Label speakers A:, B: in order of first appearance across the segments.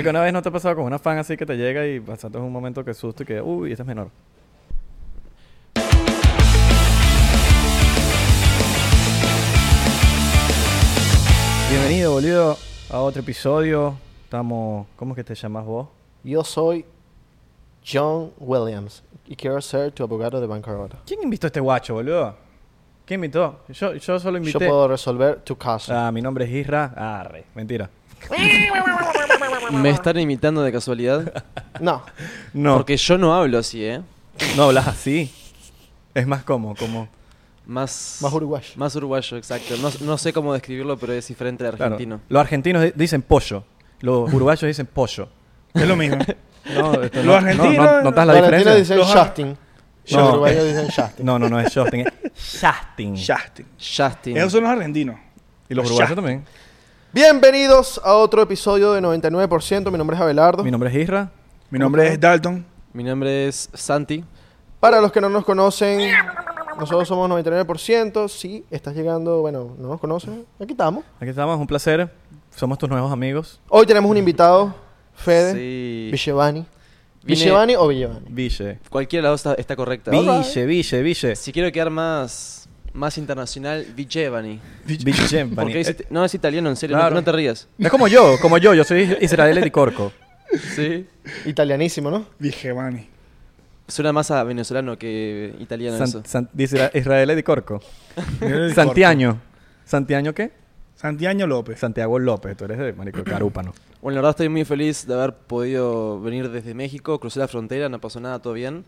A: Que una vez no te ha pasado con una fan así que te llega y pasaste un momento que susto y que, uy, este es menor. Bienvenido, boludo, a otro episodio. Estamos. ¿Cómo es que te llamas vos?
B: Yo soy John Williams y quiero ser tu abogado de bancarrota.
A: ¿Quién invitó a este guacho, boludo? ¿Quién invitó? Yo, yo solo invité.
B: Yo puedo resolver tu caso.
A: Ah, mi nombre es Isra. Arre, mentira.
C: ¿Me están imitando de casualidad?
B: No,
A: No,
C: Porque yo no hablo así, ¿eh?
A: no hablas así. Es más como, como.
C: Más,
B: más uruguayo.
C: más uruguayo, exacto. No, no sé cómo describirlo, pero es diferente de
A: Claro,
C: argentino.
A: Los argentinos di- dicen pollo. Los uruguayos dicen pollo.
D: Es lo mismo.
A: No, esto
D: Los
A: no-
D: argentinos-
A: no- no- ¿Notas la
B: Los
A: diferencia?
B: argentinos dicen
D: Los-
B: Justin. Los
A: No.
B: uruguayos dicen Justin.
A: No, no, no es Justin. Es Justin.
D: Justin.
C: Justin.
A: Eh,
D: Esos son los argentinos.
A: Y los uruguayos
D: Justin.
A: también.
B: Bienvenidos a otro episodio de 99%. Mi nombre es Abelardo.
A: Mi nombre es Isra.
D: Mi nombre es Dalton.
C: Mi nombre es Santi.
B: Para los que no nos conocen, nosotros somos 99%. Si estás llegando, bueno, no nos conocen, aquí estamos.
A: Aquí estamos, un placer. Somos tus nuevos amigos.
B: Hoy tenemos un invitado, Fede
C: Sí.
B: Villevani.
C: Viene-
B: Villevani o Villevani.
A: Ville.
C: Cualquiera de las dos está, está correcta.
A: Ville, Ville, Ville.
C: Si quiero quedar más, más internacional, Vigevani.
A: Ville Gempani.
C: Porque es
A: Eh,
C: it- no, es italiano, en serio, no-
A: Claro.
C: no, te rías.
A: Es como yo, como yo. Yo soy Israel de Corco.
C: Sí.
B: Italianísimo, ¿no?
D: Vigevani.
C: Suena más a venezolano que italiano eso.
A: San- San- dice Isra- Israel de Corco. Santiaño. ¿Santiaño qué?
D: Santiago López.
A: Santiago López. Tú eres de Marico Carúpano.
C: Bueno, la verdad estoy muy feliz de haber podido venir desde México, crucé la frontera, no pasó nada, todo bien.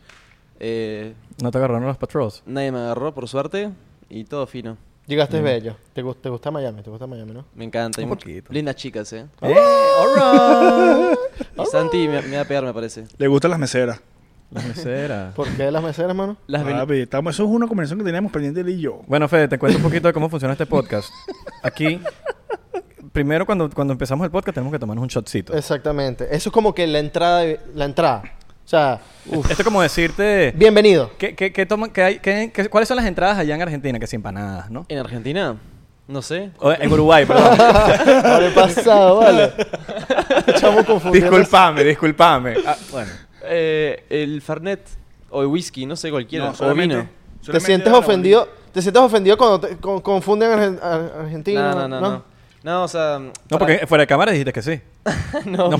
C: Eh,
A: ¿No te agarraron los patrols?
C: nadie me agarró, por suerte, y todo fino.
B: Llegaste bello. Te, gu- te gusta Miami, te gusta Miami, ¿no?
C: Me encanta.
A: Un
C: hay much-
A: poquito.
C: Lindas chicas, ¿eh?
A: ¡Eh! ¡All right!
C: Y Santi me, me va a pegar, me parece.
D: Le gustan las meseras.
A: La mesera.
B: ¿Por qué las meseras, mano?
C: Las ven-
D: Papi, estamos, eso es una conversación que teníamos pendiente él y yo.
A: Bueno, Fede, te cuento un poquito de cómo funciona este podcast. Aquí, primero cuando, cuando empezamos el podcast tenemos que tomarnos un shotcito.
B: Exactamente. Eso es como que la entrada, de- la entrada. O sea, uf.
A: Esto es como decirte...
B: bienvenido.
A: ¿qué, qué- qué toman- qué hay- qué- qué- ¿Cuáles son las entradas allá en Argentina? Que sin empanadas, ¿no?
C: ¿En Argentina? No sé.
A: O en Uruguay, perdón.
B: Ahora he pasado, vale. Estamos confundidos.
A: disculpame, disculpame. Ah, bueno.
C: Eh, el Fernet o el whisky, no sé, cualquiera.
D: No,
C: o
D: solamente-
C: vino.
B: ¿Te
D: solamente
B: sientes
D: era la
B: ofendido? ¿Te sientes ofendido cuando te con- confunden argen- ar- argentino?
C: No, no, no, no. No, o sea...
A: No,
C: para-
A: porque fuera de cámara dijiste que sí.
C: no.
A: No,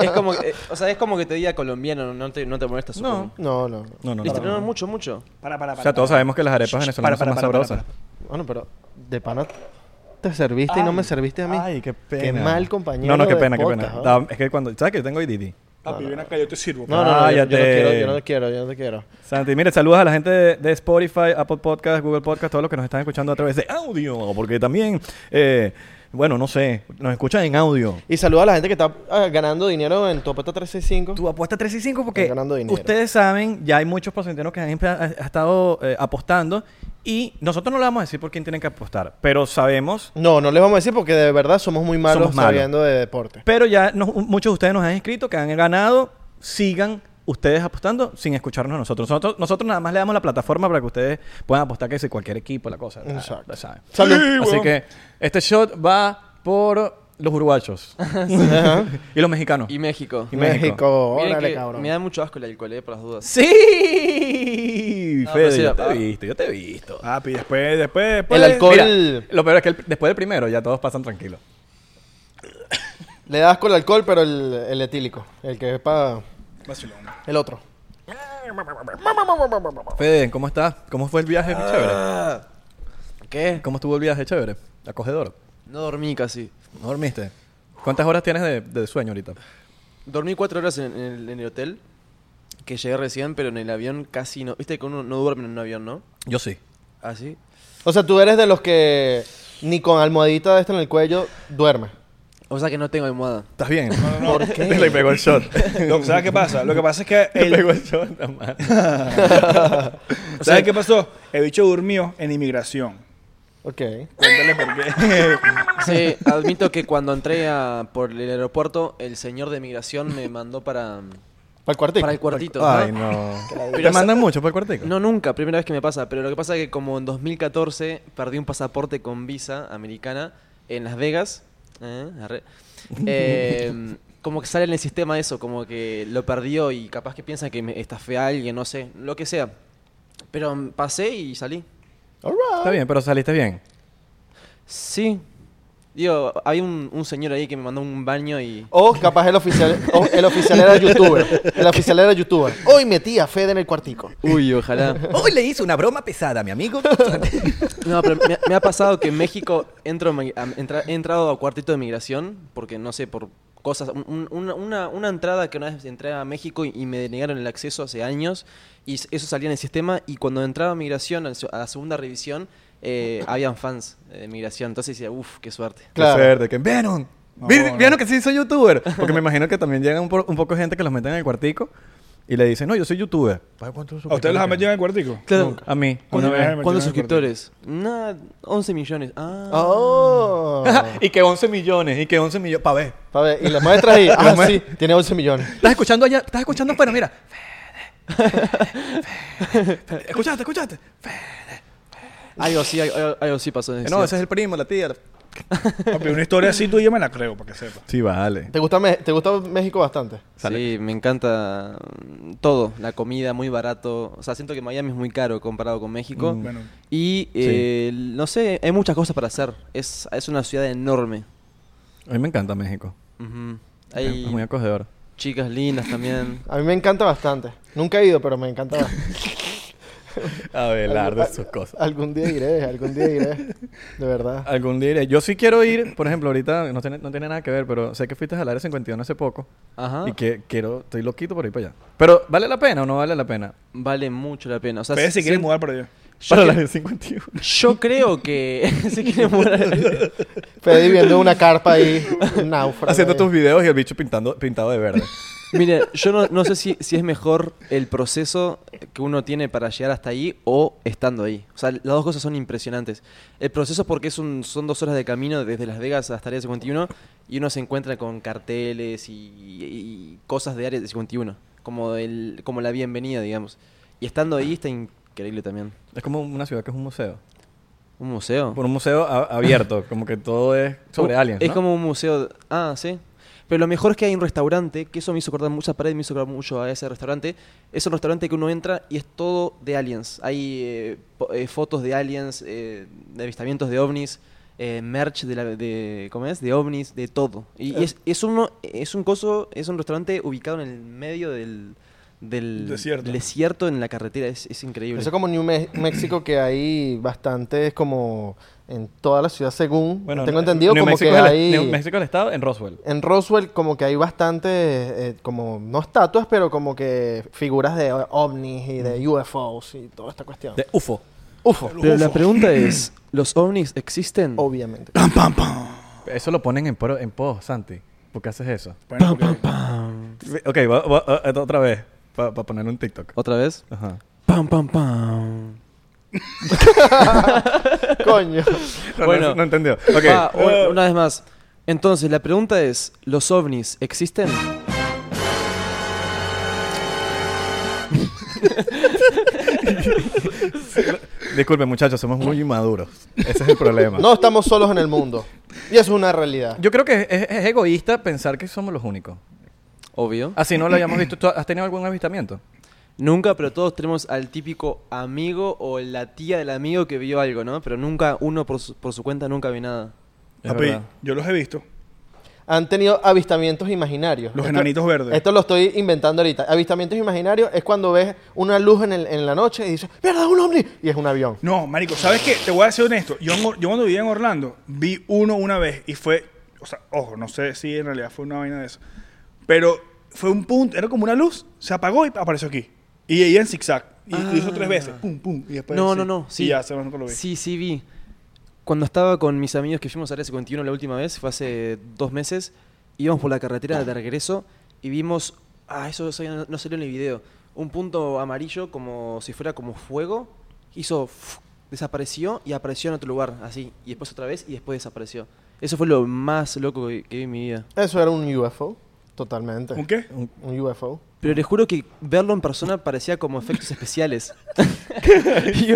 C: es como, que- eh, o sea, es como que te diga colombiano, no te, no te molesta, supongo.
B: No, no.
A: No, no, no.
C: Listo, no,
A: no.
C: no, mucho, mucho.
D: Para, para, para.
A: O sea, todos sabemos que las arepas venezolanas
D: Para, para,
A: son
D: para,
A: más
D: para,
A: sabrosas.
B: Bueno, pero de pana te serviste y no me serviste a mí.
A: Ay, qué pena.
B: Qué mal compañero
A: No, no, qué
B: de
A: pena,
B: podcast,
A: qué pena.
B: ¿no?
A: Da- Es que cuando... ¿Sabes que yo tengo IDD?
D: Papi, ven acá, yo te sirvo.
B: No, no, no, yo- yo, no
A: Cállate.
B: quiero, yo no te quiero, yo no te quiero.
A: Santi, mire, saludas a la gente de, de Spotify, Apple Podcast, Google Podcast, todos los que nos están escuchando a través de audio, porque también, eh, bueno, no sé, nos escuchan en audio.
B: Y saluda a la gente que está ah, ganando dinero en tu apuesta 365.
A: Tu apuesta 3 y 5 porque
B: Están ganando dinero.
A: ustedes saben, ya hay muchos porcenteros que han empe- ha- ha estado eh, apostando y nosotros no le vamos a decir por quién tienen que apostar, pero sabemos,
B: No, no les vamos a decir porque de verdad somos muy malos
A: Somos malos.
B: sabiendo de deporte.
A: pero ya nos- muchos de ustedes nos han escrito que han ganado, sigan ustedes apostando sin escucharnos a nosotros. Nosotros, nosotros nada más le damos la plataforma para que ustedes puedan apostar que si cualquier equipo, la cosa. la-
B: Exacto.
A: la saben.
B: Salud.
A: Así que este shot va por los uruguayos
B: Ajá.
A: y los mexicanos.
C: Y México.
A: Y
B: México,
C: Miren
B: órale,
C: que
B: cabrón.
C: Me da mucho asco el alcohol, eh, por las dudas.
A: Sí,
C: No, pero
A: Fede,
C: sí,
A: yo te
C: ah.
A: he visto, yo te he visto.
D: Papi, después, después, después.
B: El alcohol
A: Mira, lo peor es que el- después del primero ya todos pasan tranquilos.
B: le das con el alcohol, pero el, el etílico, el que es para
D: Vacilón.
B: el otro.
A: Fede, ¿cómo estás? ¿Cómo fue el viaje chévere?
C: Ah. ¿Qué?
A: ¿Cómo estuvo el viaje chévere? Acogedor.
C: No dormí casi.
A: ¿No dormiste? ¿Cuántas horas tienes de, de sueño ahorita?
C: Dormí cuatro horas en, en el, en el hotel, que llegué recién, pero en el avión casi no. Viste que uno no duerme en un avión, ¿no?
A: Yo sí.
C: Así.
B: O sea, tú eres de los que ni con almohadita de esta en el cuello duerme.
C: O sea que no tengo almohada.
A: ¿Estás bien?
B: ¿Por qué?
A: Le pegó el shot.
D: Lo- ¿Sabes qué pasa? Lo que pasa es que
A: Le
D: el,
A: pegó el shot, la mano.
D: ¿Sabes qué pasó? El bicho durmió en inmigración.
B: Ok.
D: Cuéntale por qué.
C: Sí, admito que cuando entré a- por el aeropuerto, el señor de migración me mandó para,
B: ¿Para el cuartico?
C: para el cuartito.
A: Ay,
C: ¿no?
A: no.
C: Pero
A: ¿Te
C: sa-
A: mandan mucho por el cuartico?
C: No, nunca, primera vez que me pasa. Pero lo que pasa es que como en 2014 perdí un pasaporte con visa americana en Las Vegas. eh, arre. Eh, como que sale en el sistema eso, como que lo perdió y capaz que piensa que me estafé a alguien, no sé, lo que sea. Pero mm, pasé y salí.
B: All right.
A: Está bien, pero saliste bien.
C: Sí. Digo, había un, un señor ahí que me mandó un baño y...
B: O capaz el oficial, o el oficial era youtuber. El oficial era youtuber. Hoy metí a Fede en el cuartico.
C: Uy, ojalá.
A: Hoy le hice una broma pesada, mi amigo.
C: No, pero me, me ha pasado que en México entro, a mi- a- entra- he entrado a cuartito de migración porque no sé, por cosas. un- un- una, una- una entrada que una vez entré a México y, y me denegaron el acceso hace años y s- eso salía en el sistema. Y cuando entraba a migración, al se- a la segunda revisión, eh, habían fans eh, de migración. Entonces decía, uff, qué suerte.
B: Claro.
A: Qué suerte, que vieron.
D: No,
A: Vi-
D: no.
A: Vieron que sí soy youtuber. Porque me imagino que también llega un, po- un poco de gente que los meten en el cuartico y le dicen, no, yo soy youtuber.
D: ¿A ustedes los han metido en el cuartico?
A: Nunca. A mí,
D: Una
A: una
D: vez.
A: vez.
D: me
C: ¿Cuántos
D: metí en el
C: suscriptores? Nada, 11 millones. Ah.
B: Oh.
A: y que 11 millones, y que 11 millones. Pa' ver.
B: A ver, y las muestras ahí. Ah,
A: muest-
B: sí, tiene 11 millones.
A: ¿Estás escuchando allá? ¿Estás escuchando afuera? Mira. escuchaste, escuchaste.
C: Algo así, algo, algo así pasó. es
A: Eh, No,
C: cierto.
A: ese es el primo, la tía.
D: Papi, una historia así tuya me la creo, para que sepa.
A: Sí, vale.
B: ¿Te gusta, Me- te gusta México bastante?
A: Sale.
C: Sí, me encanta mm, todo. La comida, muy barato. O sea, siento que Miami es muy caro comparado con México.
A: Mm.
D: Bueno,
C: Y, eh, no sé, hay muchas cosas para hacer. Es, es una ciudad enorme.
A: A mí me encanta México.
C: Ujú.
A: Es muy
C: Hay
A: acogedor.
C: chicas lindas también.
B: A mí me encanta bastante. Nunca he ido, pero me encanta bastante.
A: Abelardo
B: Algún-
A: sus cosas.
B: Algún día iré, algún día iré. De verdad.
A: Algún día iré. Yo sí quiero ir, por ejemplo, ahorita no tiene, no tiene nada que ver, pero sé que fuiste al área 51 hace poco.
C: Ajá.
A: Y que quiero, estoy loquito por ir para allá. Pero, ¿vale la pena o no vale la pena?
C: Vale mucho la pena. O sea,
D: Fede se quiere
C: sí-
D: mudar para allá.
C: Yo,
A: Para el
C: cre-
A: área 51.
C: yo creo que se quiere mudar.
B: Fede viviendo en una carpa ahí, un náufrago.
A: Haciendo
B: ahí.
A: tus videos y el bicho pintando, pintado de verde.
C: Mire, yo no, no sé si, si es mejor el proceso que uno tiene para llegar hasta ahí o estando ahí. O sea, las dos cosas son impresionantes. El proceso porque es un, son dos horas de camino desde Las Vegas hasta Área 51 y uno se encuentra con carteles y, y cosas de Área 51, como, el, como la bienvenida, digamos. Y estando ahí está increíble también.
A: Es como una ciudad que es un museo.
C: Un museo.
A: Por un museo a- abierto, como que todo es sobre
C: Uh,
A: aliens.
C: Es
A: ¿no?
C: como un museo. de- Ah, sí. Pero lo mejor es que hay un restaurante, que eso me hizo cortar muchas paredes, me hizo cortar mucho a ese restaurante. Es un restaurante que uno entra y es todo de aliens. Hay eh, po- eh, fotos de aliens, eh, de avistamientos de ovnis, eh, merch de, la, de, ¿cómo es? de ovnis, de todo. Y, y es, es, uno, es un coso, es un restaurante ubicado en el medio del, del
D: Desierto.
C: desierto, en la carretera. Es, es increíble.
B: Eso es como New Me- México, que hay bastantes como en toda la ciudad, según tengo
A: New-
B: entendido,
A: eh, New
B: como
A: México
B: que
A: es el-
B: hay...
A: New México es el estado en Roswell.
B: En Roswell como que hay bastantes, eh, como no estatuas, pero como que figuras de ovnis y de UFOs y toda esta cuestión.
A: Mm. De UFO.
B: UFO,
C: Pero la pregunta es, ¿los ovnis existen?
B: obviamente.
D: ¡Pam, pam, pam!
A: Eso lo ponen en, pro- en post, Santi. ¿Por qué haces eso?
D: Bueno, porque-
A: Ok, va- va- eh, otra vez. Para poner un TikTok.
C: ¿Otra vez?
A: Ajá.
C: Pam, pam, pam.
B: Coño.
A: No,
C: Bueno.
A: no, no entendió. Ok. Eh,
C: Va, o- Ah, una vez más. Entonces, la pregunta es, ¿los ovnis existen?
A: Disculpen, muchachos, somos muy inmaduros. Ese es el problema.
B: No estamos solos en el mundo. Y eso es una realidad.
A: Yo creo que es, es egoísta pensar que somos los únicos.
C: Obvio.
A: Así no lo hayamos visto. ¿Tú has tenido algún avistamiento?
C: Nunca, pero todos tenemos al típico amigo o la tía del amigo que vio algo, ¿no? Pero nunca, uno por su, por su cuenta nunca vi nada.
A: Es
D: Papi,
A: verdad.
D: yo los he visto.
B: Han tenido avistamientos imaginarios.
D: Los enanitos verdes.
B: Esto lo estoy inventando ahorita. Avistamientos imaginarios es cuando ves una luz en, el- en la noche y dices, ¡Mierda, es un ovni! Y es un avión.
D: No, marico, ¿sabes qué? Te voy a ser honesto. Yo, en Or- yo cuando vivía en Orlando, vi uno una vez y fue... O sea, ojo, no sé si en realidad fue una vaina de eso. Pero fue un punto, era como una luz, se apagó y apareció aquí. Y ella en zigzag. Y lo hizo tres veces. Pum, pum. Y después
C: Ah. No,
D: así.
C: no, no. Sí,
D: Y ya, se nunca lo vi.
C: Sí, sí vi. Cuando estaba con mis amigos que fuimos a Área 51 la última vez, fue hace dos meses, íbamos por la carretera de regreso y vimos, ah, eso salió- no, salió en el video, un punto amarillo como si fuera como fuego, hizo, fu- desapareció y apareció en otro lugar, así, y después otra vez y después desapareció. Eso fue lo más loco que, que vi en mi vida.
B: Eso era un UFO. Totalmente.
D: ¿Un qué?
B: Un UFO.
C: Pero les juro que verlo en persona parecía como efectos especiales.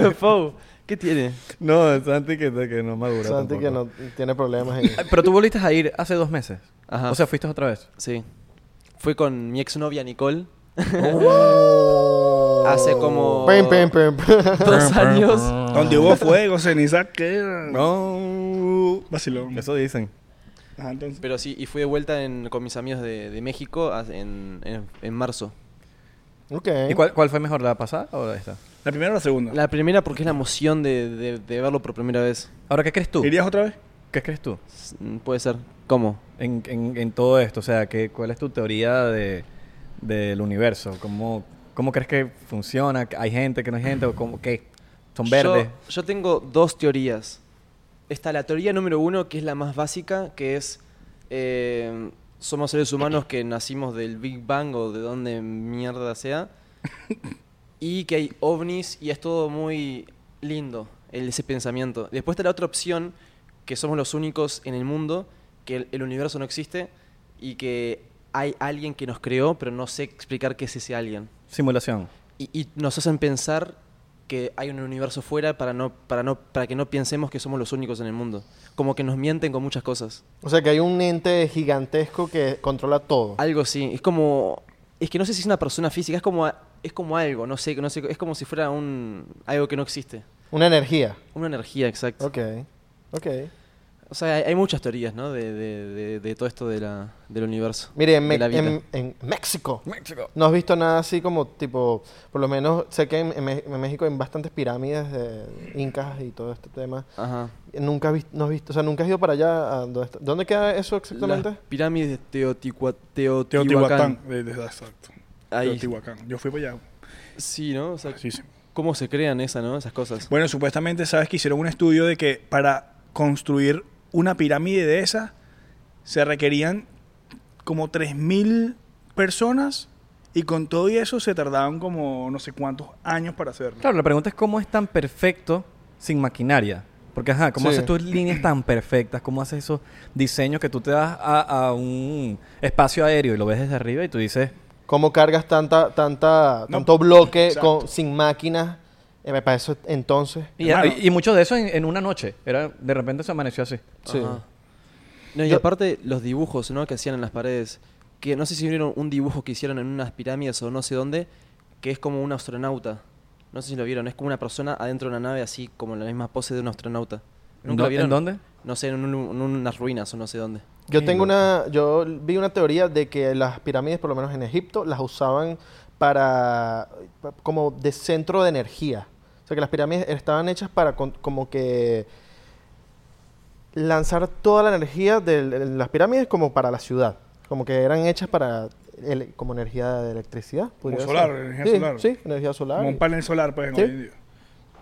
C: UFO, ¿qué tiene?
A: No, Santi que, que no madura.
B: Santi que
A: tampoco.
B: no tiene problemas en...
A: Pero tú volviste a ir hace dos meses.
C: Ajá.
A: O sea, fuiste otra vez.
C: sí. Fui con mi exnovia Nicole. Hace como
B: Pim, pim, pim, pim.
C: dos años.
D: Donde hubo fuego, ceniza, ¿qué?
A: No.
D: Vacilón.
A: Eso dicen.
D: Ajá, entonces.
C: Pero sí, y fui de vuelta en- con mis amigos de, de México a- en, en- en marzo.
B: Ok.
A: ¿Y cuál, cuál fue mejor, la pasada o la esta?
D: ¿La primera o la segunda?
C: La primera porque es la emoción de, de- de verlo por primera vez.
A: Ahora, ¿qué crees tú?
D: ¿Irías otra vez?
A: ¿Qué crees tú
C: S- Puede ser. ¿Cómo?
A: en, en- en todo esto? O sea, ¿qué, ¿cuál es tu teoría de, del universo? ¿Cómo, ¿Cómo crees que funciona? ¿Hay gente, que no hay gente? ¿O cómo, ¿Qué? ¿Son
C: Yo-
A: verdes?
C: Yo, tengo dos teorías. Está la teoría número uno, que es la más básica, que es eh, somos seres humanos que nacimos del Big Bang o de donde mierda sea, y que hay ovnis y es todo muy lindo el- ese pensamiento. Después está la otra opción, que somos los únicos en el mundo, que el, el universo no existe y que hay alguien que nos creó, pero no sé explicar qué es ese alguien
A: Simulación.
C: y, y nos hacen pensar que hay un universo fuera para no para no para que no pensemos que somos los únicos en el mundo como que nos mienten con muchas cosas
B: O sea que hay un ente gigantesco que controla todo.
C: algo así es como es que no sé si es una persona física es como a- es como algo no sé no sé es como si fuera un algo que no existe
B: Una energía.
C: una energía exacta
B: Ok. Ok.
C: o sea hay, hay muchas teorías no de, de- de- de todo esto de la, del universo
B: Mire, en,
C: de
B: Me- em,
C: la vida.
B: en- en México.
A: México.
B: No has visto nada así como tipo, por lo menos sé que en, en Me- en México hay bastantes pirámides de incas y todo este tema.
C: ajá
B: Nunca has visto, no has visto, o sea, nunca has ido para allá. a donde está- ¿Dónde queda eso exactamente?
C: Las pirámides de Teoticua- Teotihuacán.
D: Teotihuacán. Eh, de- Exacto.
C: Ahí.
D: Teotihuacán. Yo fui para allá.
C: Sí, ¿no? O sea,
D: Sí, sí.
C: ¿cómo se crean esas, no? Esas cosas.
D: Bueno, supuestamente sabes que hicieron un estudio de que para construir una pirámide de esas se requerían como 3.000 personas y con todo y eso se tardaban como no sé cuántos años para hacerlo.
A: Claro, la pregunta es cómo es tan perfecto sin maquinaria. Porque, ajá, ¿cómo
B: Sí.
A: haces tus líneas tan perfectas? ¿Cómo haces esos diseños que tú te das a, a un espacio aéreo y lo ves desde arriba y tú dices,
B: ¿Cómo cargas tanta, tanta,
D: No,
B: tanto bloque
D: exacto.
B: con, sin máquinas? Eh, me parece entonces.
A: Y,
D: Hermano.
A: y mucho de eso en, en una noche. Era, de repente se amaneció así.
B: Sí.
C: Ajá. No, y
B: Yo-
C: aparte los dibujos, ¿no? Que hacían en las paredes. Que no sé si vieron un dibujo que hicieron en unas pirámides o no sé dónde, que es como un astronauta. No sé si lo vieron, es como una persona adentro de una nave así, como en la misma pose de un astronauta.
A: ¿En dó-
C: ¿Nunca lo
A: en
C: vieron?
A: dónde?
C: No sé, en, un- en unas ruinas o no sé dónde.
B: Yo tengo una, yo vi una teoría de que las pirámides, por lo menos en Egipto, las usaban para pa- como de centro de energía. O sea que las pirámides estaban hechas para con- como que lanzar toda la energía de l- las pirámides como para la ciudad. Como que eran hechas para ele- como energía de electricidad. podría ser.
D: solar, energía
B: Sí,
D: solar.
B: Sí, energía solar.
D: Como un panel solar, pues, en
B: Sí.
D: hoy en día.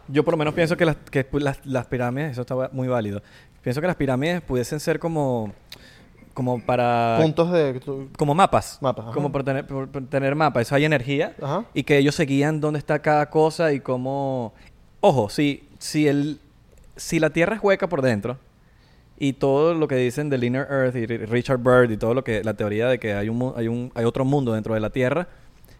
A: Yo por lo menos pienso que las, que pu- las, las pirámides, eso está va- muy válido. Pienso que las pirámides pudiesen ser como, como para...
B: Puntos de... tu-
A: Como mapas.
B: Mapas, ajá.
A: Como por tener, por- por tener mapas. Eso hay energía.
B: Ajá.
A: Y que ellos seguían dónde está cada cosa y cómo... Ojo, si, si, el, si la Tierra es hueca por dentro y todo lo que dicen de Inner Earth y R- Richard Bird y todo lo que... La teoría de que hay, un, mu- hay, un, hay otro mundo dentro de la Tierra.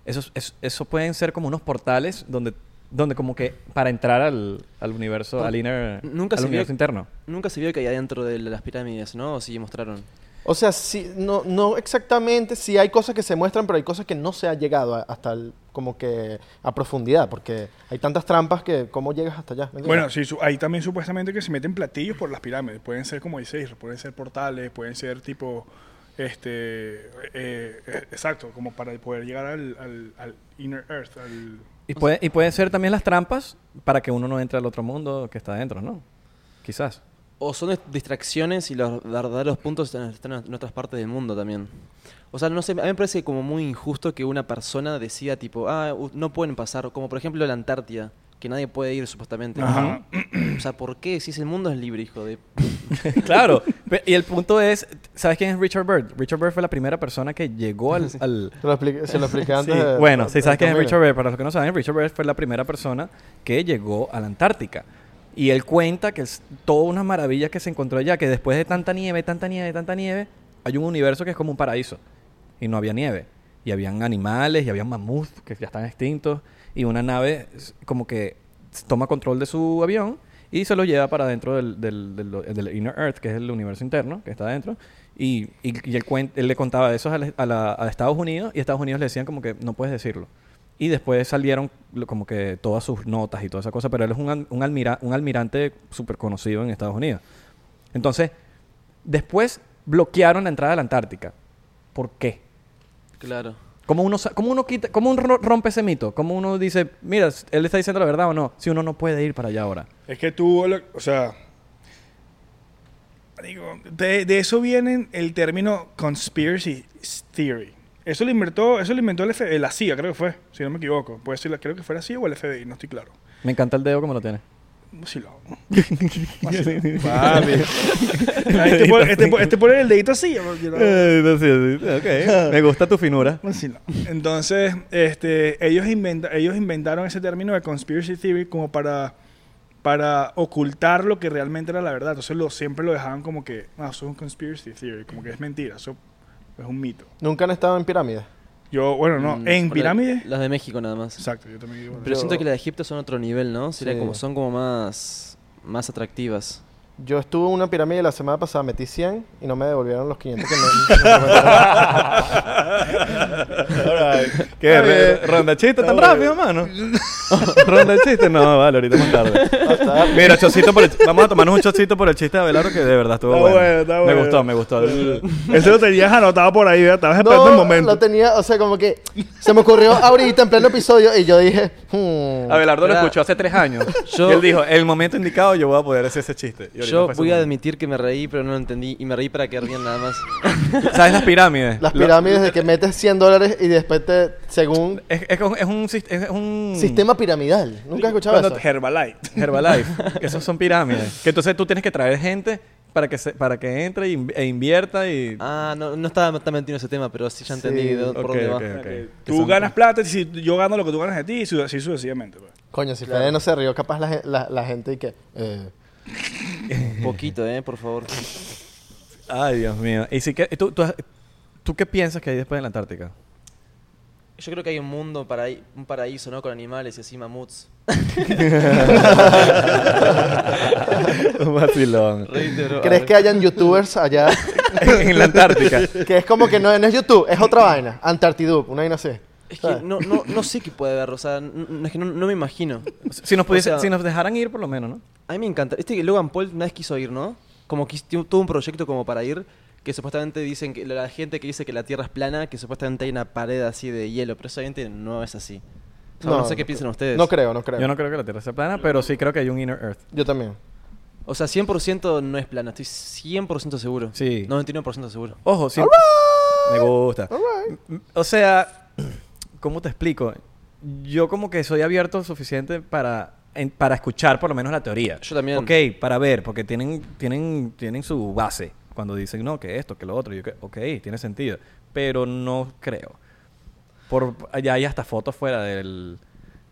A: Eso, es- es- eso pueden ser como unos portales donde, donde como que para entrar al, al universo, al inner...
C: Nunca
A: al
C: se vio-
A: universo interno.
C: Nunca se vio que hay adentro de las pirámides, ¿no? O sí mostraron.
B: O sea, sí, no, no exactamente, sí hay cosas que se muestran, pero hay cosas que no se ha llegado a- hasta el- como que a profundidad, porque hay tantas trampas que cómo llegas hasta allá. ¿Me entiendes?
D: Bueno, sí, su- ahí también supuestamente que se meten platillos por las pirámides. Pueden ser, como dice Isra, pueden ser portales, pueden ser tipo. Este. eh, eh, exacto, como para poder llegar al, al- al Inner Earth. Al,
A: Y, puede, y pueden ser también las trampas para que uno no entre al otro mundo que está adentro, ¿no? Quizás.
C: O son dist- distracciones y los verdaderos puntos están- están en otras partes del mundo también. O sea, no sé, a mí me parece como muy injusto que una persona decida tipo, ah, u- no pueden pasar, como por ejemplo la Antártida, que nadie puede ir supuestamente.
D: Ajá.
C: O sea, ¿por qué? Si ese mundo es libre, hijo de...
A: claro. Pe- Y el punto es, ¿sabes quién es Richard Bird? Richard Bird fue la primera persona que llegó al... al-
B: Se lo expliqué, se lo expliqué antes.
A: Sí,
B: de-
A: Bueno,
B: de-
A: si sabes
B: de-
A: quién es
B: de-
A: Richard Bird, para los que no saben, Richard Bird fue la primera persona que llegó a la Antártica. Y él cuenta que es toda una maravilla que se encontró allá, que después de tanta nieve, tanta nieve, tanta nieve, hay un universo que es como un paraíso. Y no había nieve. Y habían animales, y habían mamuts que ya están extintos. Y una nave s- como que s- toma control de su avión y se lo lleva para dentro del, del- del- del Inner Earth, que es el universo interno que está adentro. Y, y, y él, cuen- él le contaba eso a, la- a la- a Estados Unidos y Estados Unidos le decían como que no puedes decirlo. Y después salieron lo- como que todas sus notas y toda esa cosa, pero él es un, al- un, almira- un almirante súper conocido en Estados Unidos. Entonces, después bloquearon la entrada a la Antártica. ¿Por qué?
C: Claro.
A: ¿Cómo uno, sa- cómo uno, quita, cómo uno ro- rompe ese mito? ¿Cómo uno dice, mira, s- él está diciendo la verdad o no? Si uno no puede ir para allá ahora.
D: Es que tú, lo- o sea. Digo, de, de eso viene el término conspiracy theory. Eso lo inventó, eso lo inventó el F- eh, la CIA, creo que fue, si no me equivoco. Puede ser, la- creo que fue la CIA o el FBI, no estoy claro.
A: Me encanta el dedo como lo tiene.
D: Sí lo hago. Así. Papi. Ah, Este pone este, pone- este pone el dedito así. yo- yo lo hago.
A: Me gusta tu finura.
D: Sí, no. Entonces, este, ellos, inventa- ellos inventaron ese término de conspiracy theory como para, para ocultar lo que realmente era la verdad. Entonces lo, siempre lo dejaban como que, no, eso es un conspiracy theory, como que es mentira, eso es un mito.
B: Nunca han estado en pirámides.
D: Yo, bueno, no,
C: Mm,
D: en
C: por la-
D: pirámides.
C: Las de México nada más.
D: Exacto, yo también digo.
C: Pero
B: Yo-
C: siento que las de Egipto son otro nivel, ¿no? Sería
B: Sí.
C: como, son como más, más atractivas.
B: Yo estuve en una pirámide la semana pasada, metí 100 y no me devolvieron los 500 que me- que me prometieron.
A: ¿Qué? re- ronda chiste tan rápido, mano. ronda chiste, no, vale, ahorita más tarde.
B: Hasta-
A: Mira, chocito por el, vamos a tomarnos un chocito por el chiste de Abelardo que de verdad estuvo
D: Está
A: bueno.
D: bueno, está
A: Me
D: bueno.
A: gustó, me gustó. El-
D: Eso lo tenías anotado por ahí, ¿verdad? estabas esperando el
B: No,
D: momento.
B: lo tenía, o sea, como que se me ocurrió ahorita en pleno episodio y yo dije, hmm,
A: Abelardo lo
C: Mira,
A: escuchó hace tres años.
C: yo-
A: y él dijo, el momento indicado yo voy a poder hacer ese chiste. Y ahorita
C: Yo
A: fue su
C: voy a
A: momento.
C: admitir que me reí, pero no lo entendí. Y me reí para quedar bien nada más.
A: ¿Sabes las pirámides?
B: las
A: Lo-
B: pirámides de que metes 100 dólares y después te, según
A: Es, es un, es, un, sis- es un...
B: sistema piramidal. Nunca he escuchado
D: Cuando-
B: eso.
D: Herbalife.
A: Herbalife. Esos son pirámides. Que entonces tú tienes que traer gente para que, se- para que entre y inv- e invierta y...
C: Ah, no, no estaba tan metido en ese tema, pero sí ya
B: Sí,
C: entendí de- por
A: Ok,
C: dónde va.
A: ok, ok.
D: Que
A: Que
D: Tú
A: son-
D: ganas plata y si yo gano lo que tú ganas de ti y su- así sucesivamente. pues.
B: Coño, si Fede no se rió, capaz la, gen- la- la gente y que... eh,
C: Poquito, ¿eh? Por favor.
A: Ay, Dios mío. ¿Y si que, y tú, tú, has- tú qué piensas que hay después de la Antártica?
C: Yo creo que hay un mundo, para un paraíso, ¿no? Con animales y así mamuts.
A: Un vacilón.
C: Reíte, bro.
B: ¿Crees que hayan youtubers allá?
A: en, en la Antártica.
B: que es como que no, no es YouTube, es otra vaina. Antartidup, una vaina así.
C: Es que no, no, no sé qué puede haber, o sea, n- n- es que no, no me imagino.
A: Si nos, pudiese-
C: O sea-
A: si nos dejaran ir por lo menos, ¿no?
C: A mí me encanta. Este Logan Paul una vez quiso ir, ¿no? Como que hizo- tuvo un proyecto como para ir, que supuestamente dicen que la gente que dice que la Tierra es plana, que supuestamente hay una pared así de hielo, pero eso obviamente no es así. O sea, no, sé qué piensan ustedes.
B: No creo, no creo.
A: Yo no creo que la Tierra sea plana, pero sí creo que hay un inner Earth.
B: Yo también.
C: O sea, 100% no es plana, estoy 100% seguro.
A: Sí.
C: 99% seguro.
A: Ojo, sí. Me gusta. M- O sea, ¿cómo te explico? Yo como que soy abierto suficiente para, en- para escuchar por lo menos la teoría.
C: Yo también.
A: Ok, para ver, porque tienen, tienen, tienen su base. Cuando dicen, no, que esto, que lo otro. Yo que, ok, tiene sentido. Pero no creo. Por, allá hay hasta fotos fuera del...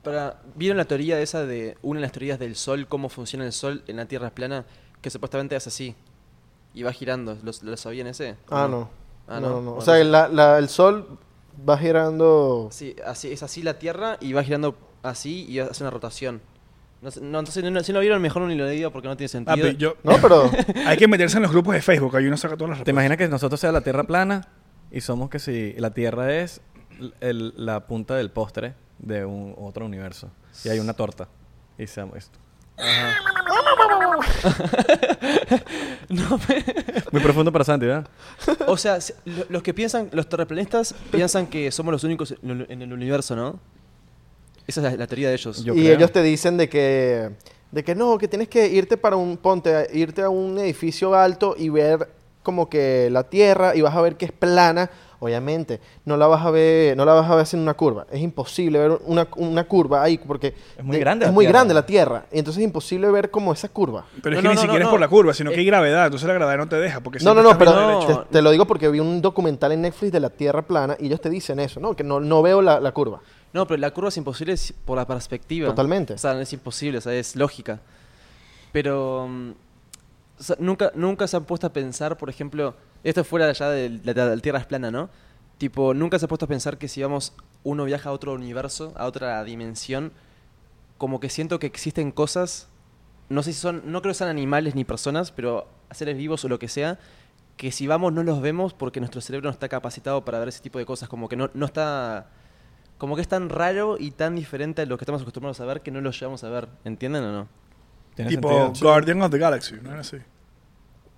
C: Para, ¿Vieron la teoría de esa de una de las teorías del sol, cómo funciona el sol en la Tierra es plana? Que supuestamente es así. Y va girando. ¿Lo, lo sabían ese? ¿O
B: Ah, no.
C: Ah,
B: no,
C: no.
B: no, no. O
C: Bueno,
B: sea,
C: sí.
B: la- la- el sol va girando...
C: Sí, así, es así la Tierra y va girando así y hace una rotación. No, sé- no, entonces, no- si no vieron, mejor no ni lo digo porque no tiene sentido.
D: Ah, pero yo-
B: No, pero...
D: hay que meterse en los grupos de Facebook, ahí uno saca todas las
A: ¿Te
D: respuestas.
A: imaginas que nosotros sea la Tierra plana y somos que si la Tierra es l- el- la punta del postre de un otro universo y hay una torta y seamos esto? Muy profundo para Santi, ¿verdad?
C: O sea, si- lo- los que piensan, los terraplanistas piensan que somos los únicos en el- en el universo, ¿no? Esa es la, la teoría de ellos.
A: Yo
B: y
A: creo.
B: ellos te dicen de que de que no, que tienes que irte para un ponte, a- irte a un edificio alto y ver como que la tierra y vas a ver que es plana. Obviamente, no la vas a ver, no la vas a ver sin una curva. Es imposible ver una, una curva ahí porque
A: Es muy grande
B: es
A: la
B: muy
A: Tierra.
B: grande la tierra. Y entonces es imposible ver como esa curva.
D: Pero
C: No,
D: es que
C: no,
D: ni
C: no,
D: siquiera
C: no,
D: es por
C: no.
D: la curva, sino que
C: Eh,
D: hay gravedad, entonces la gravedad no te deja. Porque
B: No, no,
D: siempre
B: no,
D: estás
B: pero
D: mirando derecho.
B: te, te lo digo porque vi un documental en Netflix de la tierra plana y ellos te dicen eso, ¿no? Que no, no veo la, la curva.
C: No, pero la curva es imposible si- por la perspectiva.
B: Totalmente.
C: O sea, es imposible, o sea, es lógica. Pero mm, o sea, nunca, nunca se han puesto a pensar, por ejemplo, esto fuera ya de la, de la Tierra es plana, ¿no? Tipo, nunca se ha puesto a pensar que si vamos, uno viaja a otro universo, a otra dimensión, como que siento que existen cosas, no sé si son, no creo que sean animales ni personas, pero seres vivos o lo que sea, que si vamos no los vemos porque nuestro cerebro no está capacitado para ver ese tipo de cosas, como que no, no está... Como que es tan raro y tan diferente a lo que estamos acostumbrados a ver que no lo llevamos a ver. ¿Entienden o no?
A: Tiene
D: Tipo
A: sentido.
D: Guardian of the Galaxy, ¿no era así?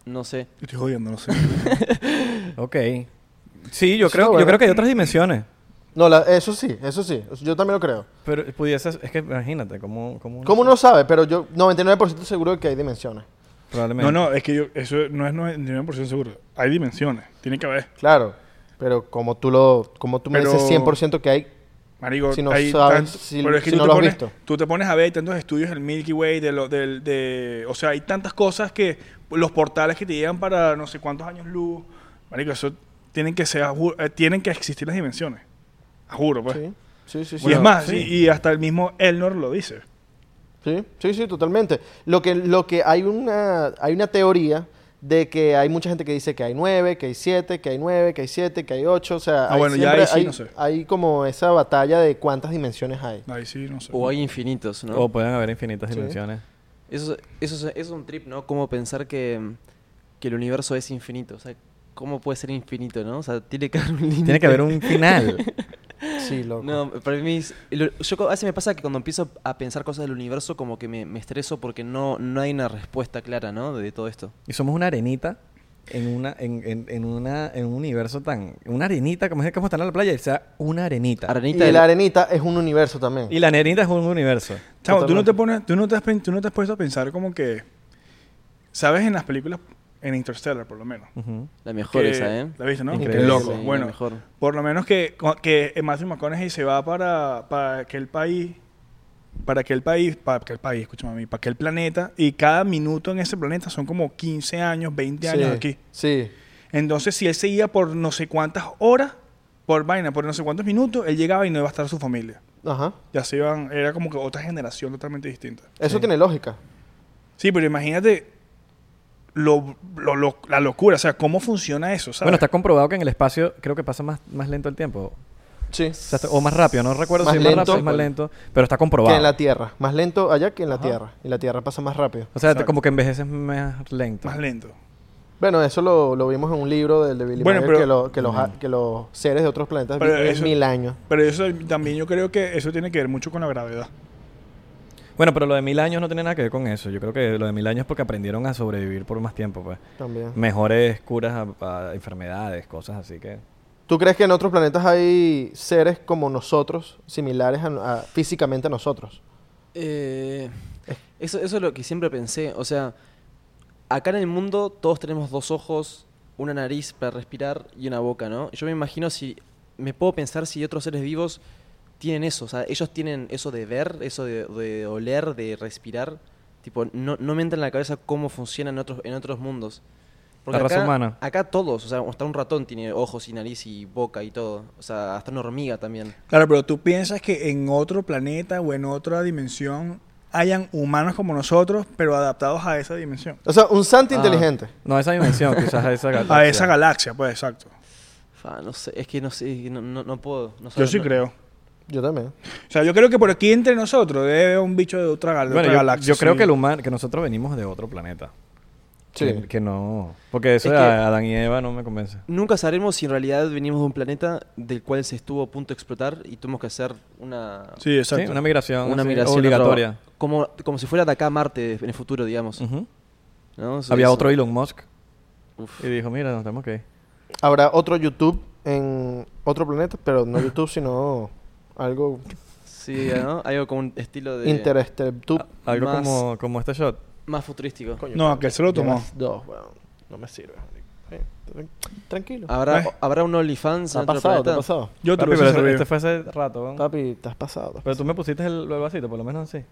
C: No sé.
D: Estoy jodiendo, no sé.
A: Ok. Sí, yo
B: Eso
A: creo,
B: está
A: yo
B: bueno.
A: creo que hay otras dimensiones.
B: No, la- eso sí, eso sí. Yo también lo creo.
A: Pero pudiese... Es que imagínate, ¿cómo... cómo
B: ¿Cómo no sabe? Pero yo 99% seguro de que hay dimensiones.
A: Probablemente.
D: No, no, es que yo, eso no es 99% seguro. Hay dimensiones, tiene que haber.
B: Claro. Pero como tú lo, como tú me
D: Pero-
B: dices 100% que hay,
D: Marico,
B: Si no
D: hay
B: sabes,
D: tanto-
B: si-
D: pero es que
B: si
D: tú,
B: no
D: te
B: lo has
D: pones,
B: visto.
D: tú te pones a ver hay tantos estudios del Milky Way, de lo, del, de, o sea, hay tantas cosas que los portales que te llegan para no sé cuántos años luz, marico, eso tienen que ser, ju- eh, tienen que existir las dimensiones, juro, pues.
B: sí. Sí, sí,
D: Y
B: sí.
D: es más,
A: sí.
D: y, y hasta el mismo Elnor lo dice.
B: Sí, sí, sí, totalmente. Lo que, lo que hay una, hay una teoría de que hay mucha gente que dice que hay nueve, que hay siete, que hay nueve, que hay siete, que hay ocho. O sea,
D: Ah,
B: hay,
D: bueno, ya
B: siempre-
D: ahí sí,
B: hay-
D: no sé.
B: hay como esa batalla de cuántas dimensiones hay.
D: Ahí sí, no sé.
C: O hay infinitos, ¿no?
A: O pueden haber infinitas
B: Sí.
A: dimensiones.
C: Eso, es- eso, es- eso es un trip, ¿no? Como pensar que, que el universo es infinito. O sea, ¿cómo puede ser infinito, no? O sea, tiene que haber un límite.
A: Tiene que haber un final.
B: Sí, loco.
C: No, para mí... es- lo- Yo, co- a veces me pasa que cuando empiezo a pensar cosas del universo como que me, me estreso porque no, no hay una respuesta clara, ¿no? De todo esto.
A: y somos una arenita en una en, en, en una en un universo tan una arenita como es que vamos a estar en la playa, o sea, una arenita.
B: y
C: Arenita de-
B: la arenita es un universo también.
A: y la arenita es un universo.
D: Chavo, tú no te
B: Totalmente.
D: pones, tú no te has, pen- tú no te has puesto a pensar como que, sabes, en las películas, en Interstellar por lo menos.
A: Ujú.
C: La mejor
D: que-
C: esa, ¿eh?
D: ¿La viste, no?
A: Increíble.
D: Qué loco.
C: Sí, la
D: bueno,
C: mejor.
D: por lo menos que, que Matthew McConaughey se va para, para aquel país, para aquel país, para aquel país, escúchame a mí, para aquel planeta, y cada minuto en ese planeta son como 15 años, 20 años
B: Sí,
D: aquí.
B: Sí.
D: Entonces, si él seguía por no sé cuántas horas, por vaina, por no sé cuántos minutos, él llegaba y no iba a estar su familia.
B: Ajá.
D: Ya se iban, era como que otra generación totalmente distinta.
B: Eso tiene lógica.
D: Sí, pero imagínate lo, lo- lo- la locura, o sea, cómo funciona eso, ¿sabes?
A: Bueno, está comprobado que en el espacio creo que pasa más, más lento el tiempo.
B: Sí.
A: O, sea, está- o más rápido, no recuerdo
B: Más
A: si es
B: lento.
A: más rápido o es más lento, pero está
B: Que
A: comprobado.
B: en la Tierra. Más lento allá que en la Tierra. Y la Tierra pasa más rápido.
A: o sea, te-
D: Exacto.
A: como que envejeces más lento.
D: Más lento.
B: Bueno, eso lo, lo vimos en un libro del de Billy
D: Bueno,
B: Mayer,
D: pero-
B: que, lo- que los, a- que los seres de otros planetas
D: Pero
B: viven
D: eso-
B: mil años.
D: Pero eso también yo creo que eso tiene que ver mucho con la gravedad.
A: Bueno, pero lo de mil años no tiene nada que ver con eso. Yo creo que lo de mil años es porque aprendieron a sobrevivir por más tiempo, pues.
B: También.
A: Mejores curas a, a enfermedades, cosas así que.
B: ¿Tú crees que en otros planetas hay seres como nosotros, similares a, a- físicamente a nosotros?
C: Eh, eso, eso es lo que siempre pensé. O sea, acá en el mundo todos tenemos dos ojos, una nariz para respirar y una boca, ¿no? Yo me imagino si. Me puedo pensar si otros seres vivos tienen eso. O sea, ellos tienen eso de ver, eso de, de oler, de respirar. Tipo, no, no me entra en la cabeza cómo funciona en otros, en otros mundos.
A: La raza
C: acá,
A: humana.
C: Acá todos, o sea, hasta un ratón tiene ojos y nariz y boca y todo. O sea, hasta una hormiga también.
D: Claro, pero tú piensas que en otro planeta o en otra dimensión hayan humanos como nosotros, pero adaptados a esa dimensión.
B: O sea, un santo
C: Ah.
B: inteligente.
A: No, esa dimensión, quizás a esa galaxia.
D: A esa galaxia, pues, exacto.
C: Fa, no sé, es que no sé, no, no, no puedo. No
D: Yo
C: sabe-
D: sí
C: no-
D: creo.
B: Yo también.
D: O sea, yo creo que por aquí entre nosotros debe haber un bicho de otra, gal- de
A: Bueno,
D: otra
A: yo,
D: galaxia.
A: yo creo
D: sí.
A: que el humano, que nosotros venimos de otro planeta.
B: Sí.
A: Que, que no. Porque eso
C: Es
A: de
C: que-
A: Adán y Eva no me convence.
C: Nunca sabremos si en realidad venimos de un planeta del cual se estuvo a punto de explotar y tuvimos que hacer una,
D: Sí, exacto.
A: Sí, una migración,
C: una
A: así,
C: migración
A: obligatoria.
C: a otro- como, como si fuera de acá a Marte en el futuro, digamos.
A: Ujú.
C: ¿no? Eso-
A: Había
C: eso-
A: otro Elon Musk
C: Uf.
A: y dijo, mira, nos tenemos que ir.
B: Habrá otro YouTube en otro planeta, pero no YouTube, sino algo
C: Sí, ¿no? Algo como un estilo de...
B: interestelar.
A: A- Algo
C: Más-
A: como, como este shot.
C: Más futurístico.
D: No, aquel se lo tomó.
B: Llevas Dos, weón. No me sirve. Eh, tran- Tranquilo.
C: ¿Habrá,
D: Eh.
C: ¿Habrá un OnlyFans
B: ¿Te
C: en
B: has
C: otro
B: pasado? ¿Te has
C: planeta?
B: pasado?
D: Yo te
A: Papi, pero
D: lo hice
A: este,
D: servir.
A: este fue hace rato, weón.
B: Papi, te has pasado.
A: Pero tú me pusiste el, el vasito, por lo menos así.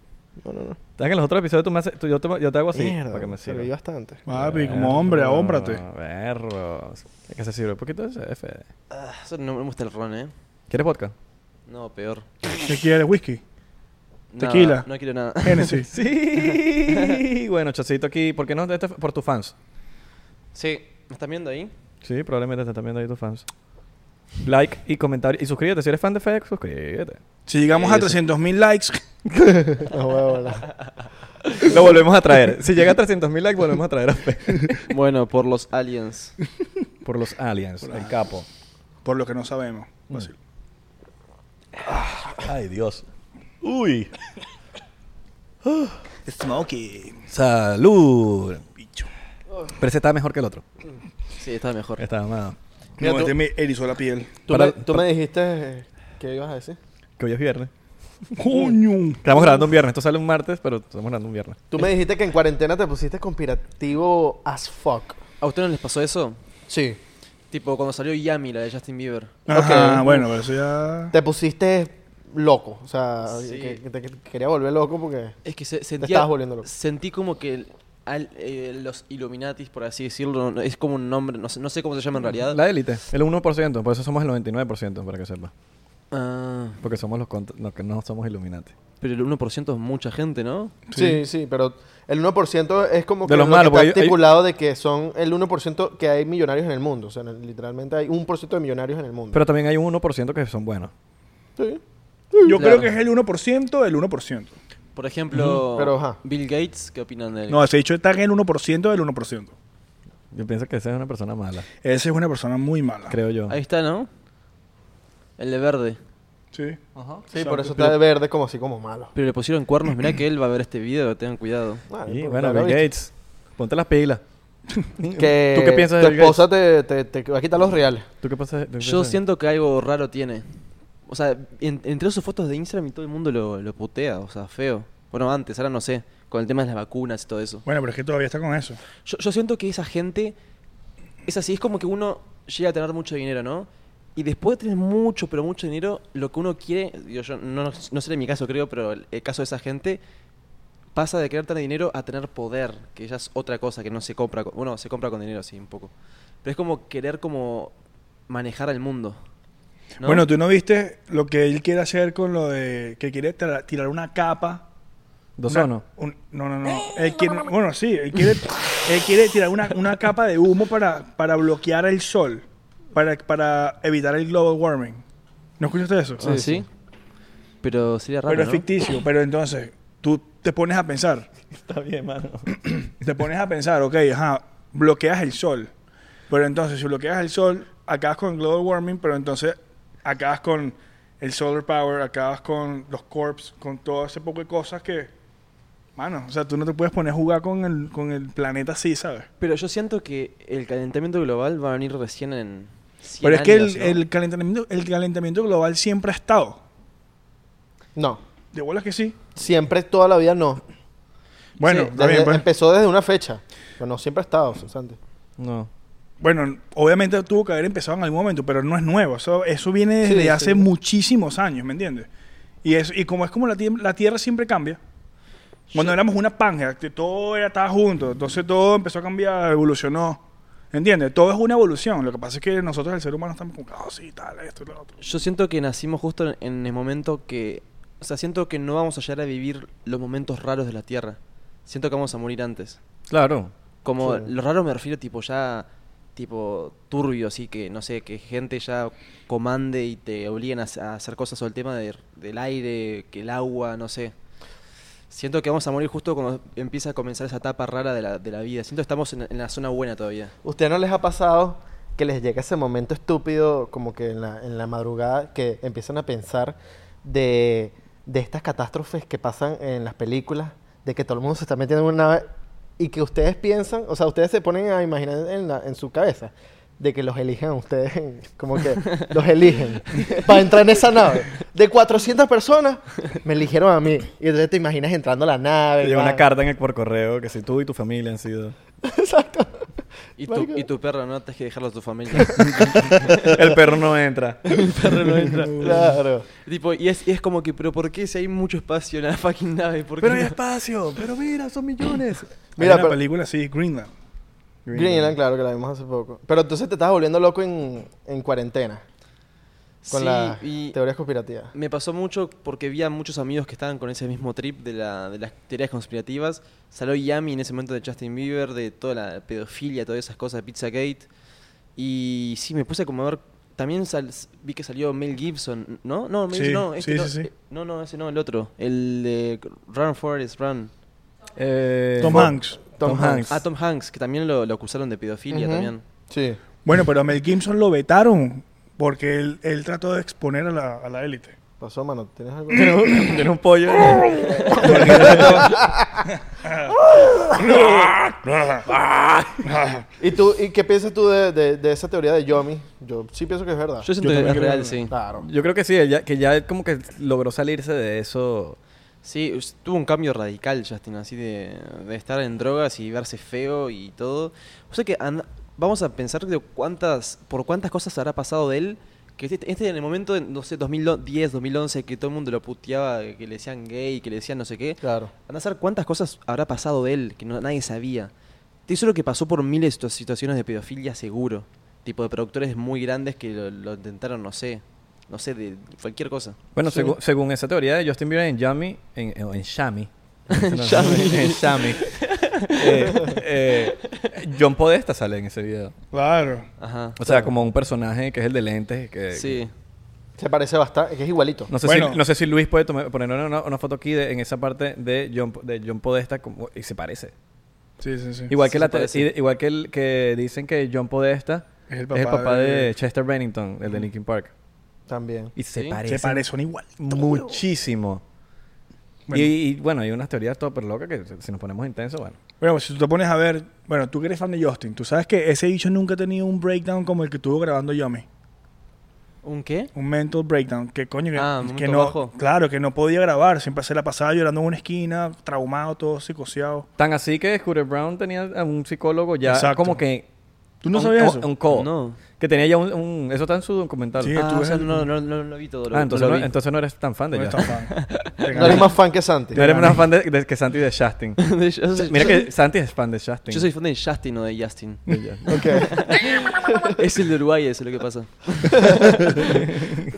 B: No, no, no.
A: ¿Sabes que en los otros episodios tú me haces, tú- yo, te, yo te hago así?
B: Mierda,
A: Pues para que me
B: te vi
A: sirva.
B: bastante.
D: Papi, como hombre,
A: Perro,
D: ahómbrate.
A: Perro. Es que se sirve un poquito de ese F.
C: Ah, eso no me gusta el ron, ¿eh?
A: ¿Quieres vodka?
C: No, peor.
D: ¿Qué quieres? ¿Whisky?
C: Nada,
D: Tequila.
C: no quiero nada.
D: Hennessy.
A: Sí. bueno, chocito aquí. ¿Por qué no? Este- por tus fans.
C: sí, ¿me están viendo ahí?
A: Sí, probablemente te están viendo ahí tus fans. Like y comentario. Y suscríbete. Si eres fan de FedEx, suscríbete.
D: Si llegamos a
C: Eso.
D: 300.000 likes,
B: No, huevo, no.
A: Lo volvemos a traer. Si llega a 300.000 likes, volvemos a traer a Fe.
C: Bueno, por los aliens.
A: Por los aliens, el capo.
D: Por lo que no sabemos. Fácil.
A: Ay, Dios. Uy.
D: Smokey.
A: Salud.
D: Bicho.
A: Pero ese estaba mejor que el otro.
C: Sí, está mejor.
A: Estaba más...
B: Mira,
D: no,
B: tú-
D: este me erizó la piel.
B: Tú,
A: Para-
B: me, tú
A: para-
B: me dijiste eh, que ibas a decir.
A: Que hoy es viernes.
D: ¡Coño!
A: Estamos grabando un viernes. Esto sale un martes, pero estamos grabando un viernes.
B: Tú me dijiste que en cuarentena te pusiste conspirativo as fuck.
C: ¿A ustedes no les pasó eso?
B: Sí.
C: Tipo, cuando salió Yami, la de Justin Bieber.
D: Ajá,
B: Ok.
D: bueno, pero eso ya...
B: Te pusiste loco. O sea,
C: Sí.
B: que, que te que te quería volver loco porque.
C: Es que se, sentía,
B: estabas volviendo loco.
C: Sentí como que el- al- eh, los Illuminatis, por así decirlo, no- es como un nombre, no sé, no sé cómo se llama en realidad.
A: La élite. El 1%. Por eso somos el 99%, para que sepa.
C: Ah,
A: Porque somos los, cont- los que no somos Illuminati.
C: pero el 1% es mucha gente, ¿no?
B: Sí, sí, pero el 1% es como que
A: De los
B: lo
A: malos,
B: que
A: porque hay-
B: está
A: hay-
B: articulado de que son el 1% que hay millonarios en el mundo. O sea, no- literalmente hay un por ciento de millonarios en el mundo.
A: Pero también hay un 1% que son buenos.
B: sí.
D: Yo
C: Claro.
D: creo que es el 1% del 1%.
C: Por ejemplo,
B: Ujú, pero, ajá.
C: Bill Gates, ¿qué opinan de él?
D: No, ese dicho está en el 1% del 1%.
A: Yo pienso que esa es una persona mala.
D: Ese es una persona muy mala.
A: Creo yo.
C: Ahí está, ¿no? El de verde.
D: Sí.
B: Sí, por eso está de verde como así como malo.
C: Pero le pusieron cuernos, mirá que él va a ver este video, tengan cuidado.
B: Ah,
A: Y
B: por-
A: bueno,
B: claro,
A: Bill
B: ¿viste?
A: Gates. Ponte las pilas.
B: Que
A: ¿Tú qué piensas de
B: tu
A: Bill Gates?
B: esposa te, te, te va a quitar los reales.
A: ¿Tú qué piensas? tú qué
C: Yo
A: piensas?
C: siento que algo raro tiene. O sea, en- entre sus fotos de Instagram y todo el mundo lo, lo putea, o sea, feo. Bueno, antes, ahora no sé, con el tema de las vacunas y todo eso.
D: Bueno, pero es que todavía está con eso.
C: Yo, yo siento que esa gente es así, es como que uno llega a tener mucho dinero, ¿no? Y después de tener mucho, pero mucho dinero, lo que uno quiere, digo yo, no, no, no será mi caso creo, pero el, el caso de esa gente pasa de querer tener dinero a tener poder, que ya es otra cosa que no se compra, con- bueno, se compra con dinero, sí, un poco. Pero es como querer como manejar al mundo. ¿no? Ah,
D: Bueno, tú no viste lo que él quiere hacer con lo de que quiere tra- tirar una capa.
A: Dos
D: una-
A: o no.
D: un- no, no, no.
B: Eh.
D: Él quiere, bueno, sí, él quiere, él quiere tirar una, una capa de humo para, para bloquear el sol, para, para evitar el global warming. ¿No escuchaste eso?
C: Ah, sí, Pero sería raro,
D: Pero es
C: ¿no?
D: ficticio. Pero entonces, tú te pones a pensar.
A: Está bien, mano.
D: te pones a pensar, ok, ajá, bloqueas el sol. Pero entonces, si bloqueas el sol, acabas con global warming, pero entonces acabas con el solar power, acabas con los corps, con todo ese poco de cosas que. Mano, o sea, tú no te puedes poner a jugar con el, con el planeta así, ¿sabes?
C: Pero yo siento que el calentamiento global va a venir recién en 100
D: Pero es que
C: años,
D: el,
C: ¿no?
D: el calentamiento, el calentamiento global siempre ha estado.
B: No.
D: ¿De bolas que sí?
B: Siempre, toda la vida no.
D: Bueno,
C: Sí,
D: está
B: Desde-
D: bien, pues.
B: Empezó desde una fecha. Bueno, siempre ha estado, Santi.
A: No.
D: Bueno, obviamente tuvo que haber empezado en algún momento, pero no es nuevo. Eso, eso viene desde
B: Sí,
D: hace
B: sí.
D: muchísimos años, ¿me entiendes? Y, es, y como es como la, tie- la Tierra siempre cambia. Cuando éramos una pangea, que todo era, estaba junto, entonces todo empezó a cambiar, evolucionó. ¿Entiendes? Todo es una evolución. Lo que pasa es que nosotros, el ser humano, estamos como, ah, sí, tal, esto, lo otro.
C: Yo siento que nacimos justo en, en el momento que... O sea, siento que no vamos a llegar a vivir los momentos raros de la Tierra. Siento que vamos a morir antes.
A: Claro.
C: Como
B: Sí.
C: los raros me refiero tipo ya... Tipo turbio, así que no sé, que gente ya comande y te obliguen a, a hacer cosas sobre el tema de- del aire, que el agua, no sé. Siento que vamos a morir justo cuando empieza a comenzar esa etapa rara de la, de la vida. Siento que estamos en, en la zona buena todavía.
B: ¿Usted no les ha pasado que les llega ese momento estúpido, como que en la, en la madrugada, que empiezan a pensar de, de estas catástrofes que pasan en las películas, de que todo el mundo se está metiendo en una nave y que ustedes piensan, o sea, ustedes se ponen a imaginar en, la- en su cabeza de que los eligen a ustedes, en- como que los eligen para entrar en esa nave. De 400 personas, me eligieron a mí. Y entonces te imaginas entrando a la nave.
A: Te llegó
B: man.
A: una carta en el por correo que si tú y tu familia han sido.
B: Exacto.
C: Y tu,
B: Marico.
C: y tu perro, no tienes que dejarlo a tu familia.
A: El perro no entra.
C: El perro no entra.
B: Claro.
C: Tipo, y es, y es como que, pero ¿por qué si hay mucho espacio en la fucking nave? ¿Por qué
A: Pero hay
C: no?
A: espacio. Pero mira, son millones.
B: Mira,
D: Mira, la
B: pero-
D: película, sí, Greenland.
B: Greenland, claro, que la vimos hace poco. Pero entonces te estabas volviendo loco en, en cuarentena con
C: Sí,
B: las
C: y
B: teorías conspirativas.
C: me pasó mucho porque vi a muchos amigos que estaban con ese mismo trip de, la, de las teorías conspirativas. Salió Yami en ese momento de Justin Bieber, de toda la pedofilia, todas esas cosas, Pizzagate. Y sí, me puse a como a ver... También sal- vi que salió Mel Gibson, ¿no? No, Mel
D: Sí,
C: no, este
D: sí,
C: no,
D: sí, sí.
C: eh, no, no, ese no, el otro. El de Run Forest Run.
A: Eh,
D: Tom
A: fue-
D: Hanks.
A: Tom,
B: Tom
A: Hanks.
C: Ah, Tom Hanks, que también lo, lo acusaron de pedofilia
B: Ujú.
C: también.
B: Sí.
D: Bueno, pero a Mel Gibson lo vetaron porque él, él trató de exponer a la, a la élite.
B: Pasó, mano. ¿Tienes algo?
A: Tiene un pollo.
B: ¿Y tú, y qué piensas tú de, de- de esa teoría de Yomi? Yo sí pienso que es verdad.
C: Yo siento
D: Yo
C: que
D: también
C: es
D: creo
C: real,
D: que-
C: sí.
B: Claro.
A: Yo creo que sí, él ya- que ya él como que logró salirse de eso.
C: Sí, us- tuvo un cambio radical, Justin, así de, de estar en drogas y verse feo y todo. O sea que and- vamos a pensar de cuántas, por cuántas cosas habrá pasado de él. Que este, este en el momento, de, no sé, 2010, 2011, que todo el mundo lo puteaba, que le decían gay, que le decían no sé qué.
B: Claro.
C: Van a saber cuántas cosas habrá pasado de él que no- nadie sabía. Te hizo lo que pasó por miles de situa- situaciones de pedofilia, seguro. Tipo de productores muy grandes que lo, lo intentaron, no sé. No sé, de cualquier cosa.
A: Bueno,
B: Sí.
A: segu- según esa teoría de Justin Bieber en Yami, en, en, en Shami.
C: Yami.
A: en Shami. Eh, eh, John Podesta sale en ese video.
D: Claro.
C: Ajá.
A: O sea, como un personaje que es el de lentes. Que,
C: Sí.
B: Se parece bastante, que es igualito.
A: No sé,
D: Bueno.
A: si, no sé si Luis puede tomar- poner una, una foto aquí de- en esa parte de John, de John Podesta como, y se parece.
D: Sí, sí, sí.
A: Igual
C: Sí,
A: que,
C: se
A: la te-
C: parece.
A: i- igual que, el, que dicen que John Podesta
D: Es el
A: es el
D: papá
A: papá de,
D: de-
A: Chester Bennington, el de Linkin Park.
B: También.
A: Y se
C: Sí.
A: parece
D: Se parecen igual.
A: muchísimo.
D: Bueno.
A: Y, y, bueno, hay unas teorías todo pero loca que si nos ponemos intensos, bueno.
D: Bueno, si tú te pones a ver, bueno, tú que eres fan de Justin, tú sabes que ese bicho nunca ha tenido un breakdown como el que tuvo grabando Yomi.
C: ¿Un qué?
D: Un mental breakdown, que coño, que,
C: Ah,
D: que
C: momento
D: no,
C: bajo.
D: claro, que no podía grabar, siempre se la pasaba llorando en una esquina, traumado, todo psicoseado.
A: Tan así que Scooter Brown tenía a un psicólogo ya
D: Exacto.
A: como que...
D: ¿Tú no
A: un-
D: sabías
A: un-
D: eso?
A: Un co.
C: No.
A: Que tenía ya un, un- Eso está en su documental.
D: Sí,
A: Ah,
D: tú
C: Ah, o
D: ves
C: sea,
D: el-
C: no, no, no, no vi todo. Lo,
A: ah, entonces,
C: lo
A: no,
C: vi.
A: entonces no eres tan fan de
D: No eres
A: Justin.
D: tan fan. Te
B: No eres
D: gané.
B: más fan que Santi.
A: No eres más fan de, de- que Santi de Justin.
C: yo, soy,
A: Mira
C: yo
A: que Santi es fan de Justin.
C: soy- yo soy fan de Justin, no de Justin.
A: De Justin.
B: Ok.
C: es el de Uruguay, eso es lo que pasa.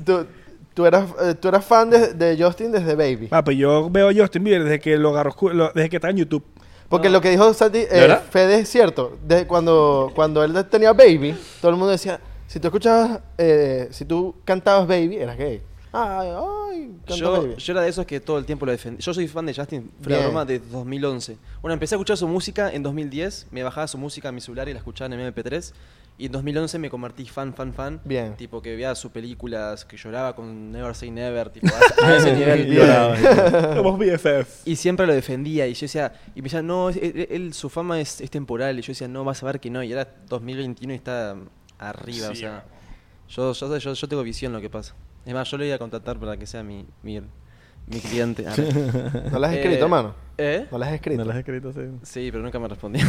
B: tú, tú eras, eh, tú eras fan de, de Justin desde Baby.
D: Ah, pues yo veo a Justin Bieber desde que lo agarró, escu- lo- desde que está en YouTube.
B: Porque lo que dijo Santi, eh,
A: verdad?
B: Fede es cierto. Desde cuando, cuando él tenía Baby, todo el mundo decía, si tú escuchabas, eh, si tú cantabas Baby, eras gay. Ay, ay, canta
C: Yo,
B: Baby.
C: yo era de esos que todo el tiempo lo defendí. Yo soy fan de Justin, fuera de
B: Bien.
C: broma, de 2011. Bueno, empecé a escuchar su música en 2010. Me bajaba su música a mi celular y la escuchaba en MP3. Y en 2011 me convertí fan, fan, fan.
B: Bien.
C: Tipo que veía sus películas, que lloraba con Never Say Never, tipo a, a ese nivel.
B: Bien.
D: Somos BFF.
C: Y siempre lo defendía. Y yo decía, y me decía, no, es- él, él- su fama es, es temporal. Y yo decía, no, vas a ver que no. Y era 2021 y está arriba. o
D: Sí,
C: sea, yo, yo, yo, yo tengo visión lo que pasa. Es más, yo lo voy a contratar para que sea mi, mi, mi cliente. Ah, no.
B: ¿No la has escrito,
C: Eh,
B: mano?
C: ¿Eh?
B: No la has escrito.
A: No lo has escrito, sí.
C: Sí, pero nunca me respondió.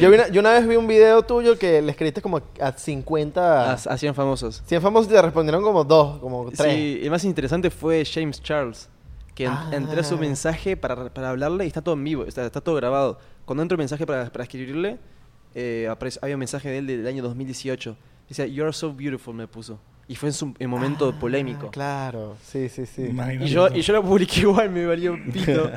B: Yo, vi una, yo una vez vi un video tuyo que le escribiste como a 50...
C: Ha- Hacían famosos.
B: 100 famosos y te respondieron como dos, como tres.
C: Ah, Sí, el más interesante fue James Charles, que en-
B: Ah.
C: entré a su mensaje para, para hablarle y está todo en vivo, está, está todo grabado. Cuando entro el mensaje para, para escribirle, eh, aparece- había un mensaje de él del año 2018. Dice, You're so beautiful, me puso. Y fue en su en momento
B: Ah,
C: polémico.
B: Claro, sí, sí, sí.
D: Imagínate.
C: Y yo, y yo lo publiqué igual, me valió un pito.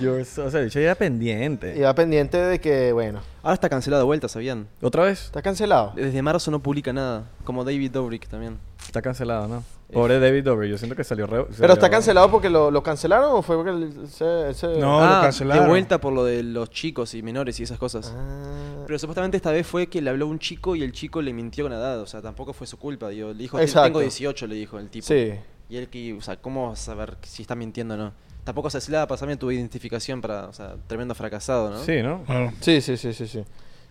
A: You're so- o sea, yo era pendiente.
B: Iba pendiente de que, bueno,
C: Ahora está cancelado de vuelta, ¿sabían?
A: ¿Otra vez?
B: está cancelado.
C: Desde marzo no publica nada, como David Dobrik también.
A: Está cancelado, ¿no? Pobre David Dobrik. Yo siento que salió... re-
B: Pero
A: salió-
B: está cancelado porque lo, lo cancelaron o fue porque él se, él se-
D: No, lo cancelaron.
C: Ah, De vuelta por lo de los chicos y menores y esas cosas.
B: Ah,
C: Pero supuestamente esta vez fue que le habló un chico y el chico le mintió con la edad, o sea, tampoco fue su culpa, digo, le dijo, "Te-
B: Exacto.
C: tengo 18, le dijo el tipo.
B: sí.
C: Y él que, o sea, ¿cómo vas a saber si está mintiendo o no? Tampoco se la pasame tu identificación para, o sea, tremendo fracasado, ¿no?
A: Sí, ¿no?
D: Claro.
B: Sí, sí, sí, sí, sí.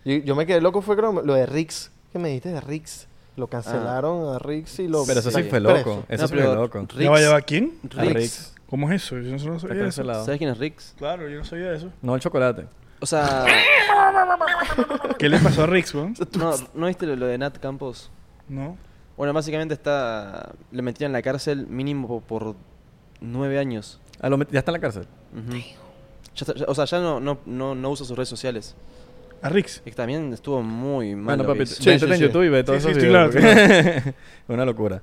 B: Y yo me quedé loco fue creo, lo de Rix. ¿Qué me dijiste de Rix? Lo cancelaron
D: Ah.
B: a Rix y lo...
A: Pero eso sí
C: Sí.
A: fue
B: preso.
A: loco. Eso
C: No,
A: sí fue
C: pero
A: loco.
C: Rix-
D: ¿Ya va a llevar quién?
A: A
C: Rix.
A: Rix.
D: ¿Cómo es eso? Yo no
A: Está
D: sabía eso.
A: cancelado.
C: ¿Sabes quién es Rix?
D: Claro, yo no sabía eso.
A: No el chocolate.
C: O sea,
D: ¿Qué le pasó a Rix, weón?
C: no, ¿no viste lo, lo de Nat Campos?
D: No.
C: Bueno, básicamente está, le metieron en la cárcel mínimo po- por nueve años.
A: Ah, lo met- ya está en la cárcel.
C: Ujú. Ya está- ya- o sea, ya no, no, no, no usa sus redes sociales.
D: A Rix.
C: Y que también estuvo muy mal.
A: bueno,
C: lo que
A: papi,
C: hizo.
B: Sí,
A: métete
B: sí,
A: en
B: sí.
A: YouTube y ve
D: Sí,
A: todos
D: sí,
A: esos
D: estoy
A: videos.
D: claro,
A: porque- Una locura.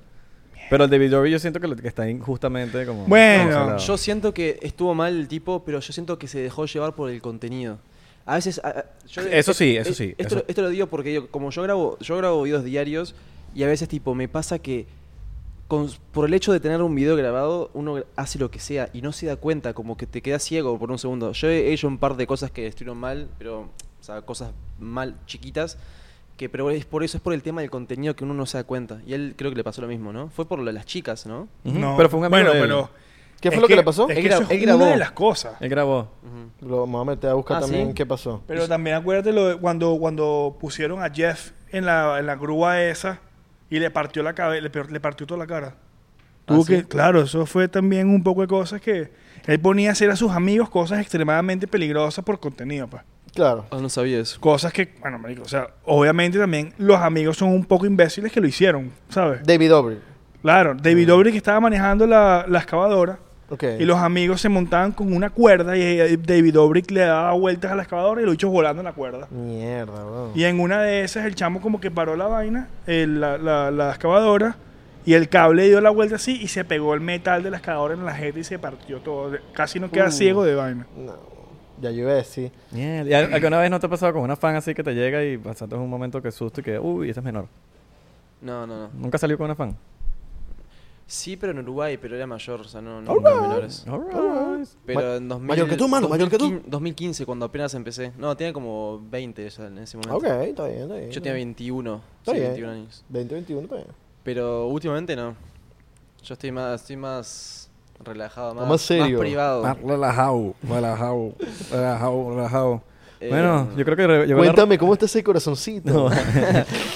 A: Pero el David Dobrik yo siento que, lo- que está injustamente como...
D: Bueno,
A: cancelado.
C: Yo siento que estuvo mal el tipo, pero yo siento que se dejó llevar por el contenido. A veces... a- a- yo-
A: Eso sí,
C: eh,
A: eso
C: eh,
A: sí,
C: Esto,
A: eso-
C: esto lo digo porque digo, como yo grabo, yo grabo videos diarios y a veces tipo me pasa que con- por el hecho de tener un video grabado, uno gra- hace lo que sea y no se da cuenta, como que te quedas ciego por un segundo. Yo he hecho un par de cosas que estuvieron mal, pero, o sea, cosas mal chiquitas, que pero es por eso, es por el tema del contenido que uno no se da cuenta. Y a él creo que le pasó lo mismo, ¿no? Fue por lo de las chicas, ¿no?
A: Ujú,
D: No,
A: Pero fue un amigo
D: bueno,
A: de él.
D: pero
B: ¿Qué fue
D: es
B: lo que, le pasó?
D: Es
C: Él
D: que eso
C: gra-
D: es
C: él
D: una
C: grabó.
D: de las cosas.
A: Él grabó.
C: Ujú.
B: Lo me voy a meter a buscar
C: Ah,
B: también
C: ¿sí?
B: qué pasó.
D: Pero también acuérdate lo de cuando, cuando pusieron a Jeff en la, en la grúa esa y le partió la cabeza, le, pe- le partió toda la cara. Tuvo
C: sí?
D: que, claro, eso fue también un poco de cosas que él ponía a hacer a sus amigos cosas extremadamente peligrosas por contenido, pues.
B: Claro.
C: Ah, no sabía eso.
D: Cosas que, bueno, marico, o sea, obviamente también los amigos son un poco imbéciles que lo hicieron, ¿sabes?
B: David Dobrik.
D: claro, David Dobrik estaba manejando la, la excavadora
B: Ok.
D: y los amigos se montaban con una cuerda y eh, David Dobrik le daba vueltas a la excavadora y los bichos volando en la cuerda.
B: Mierda, bro.
D: Y en una de esas el chamo como que paró la vaina, el- la, la- la excavadora, y el cable dio la vuelta así y se pegó el metal de la excavadora en la jeta y se partió todo. De- Casi no queda
C: Uh.
D: ciego de vaina.
B: No, ya yo iba a decir.
A: Miel. ¿Y al- alguna vez no te ha pasado con una fan así que te llega y pasaste un momento que susto y que, uy, ese es menor?
C: No, no, no.
A: ¿Nunca salió con una fan?
C: Sí, pero en Uruguay, pero era mayor, o sea, no, no, no menores.
A: Alright.
C: Pero
B: Oh, Ma-
C: en 2000,
B: mayor que tú, mano, mayor que tú.
C: 2015, 2015, cuando apenas empecé. No, tenía como 20 ella en ese
D: Ah.
C: momento.
B: Ok, está bien, está bien.
C: Yo tenía 21,
B: Está
C: sí,
B: bien.
C: 21 años.
B: 20, 21 está bien.
C: Pero últimamente no. Yo estoy más, estoy más relajado, más,
B: más serio.
C: privado.
A: Ah, relajado, relajado, relajado, relajado.
C: Eh,
A: bueno, yo creo que re- llegó
B: Cuéntame,
A: la...
B: ¿cómo está ese corazoncito?
A: No.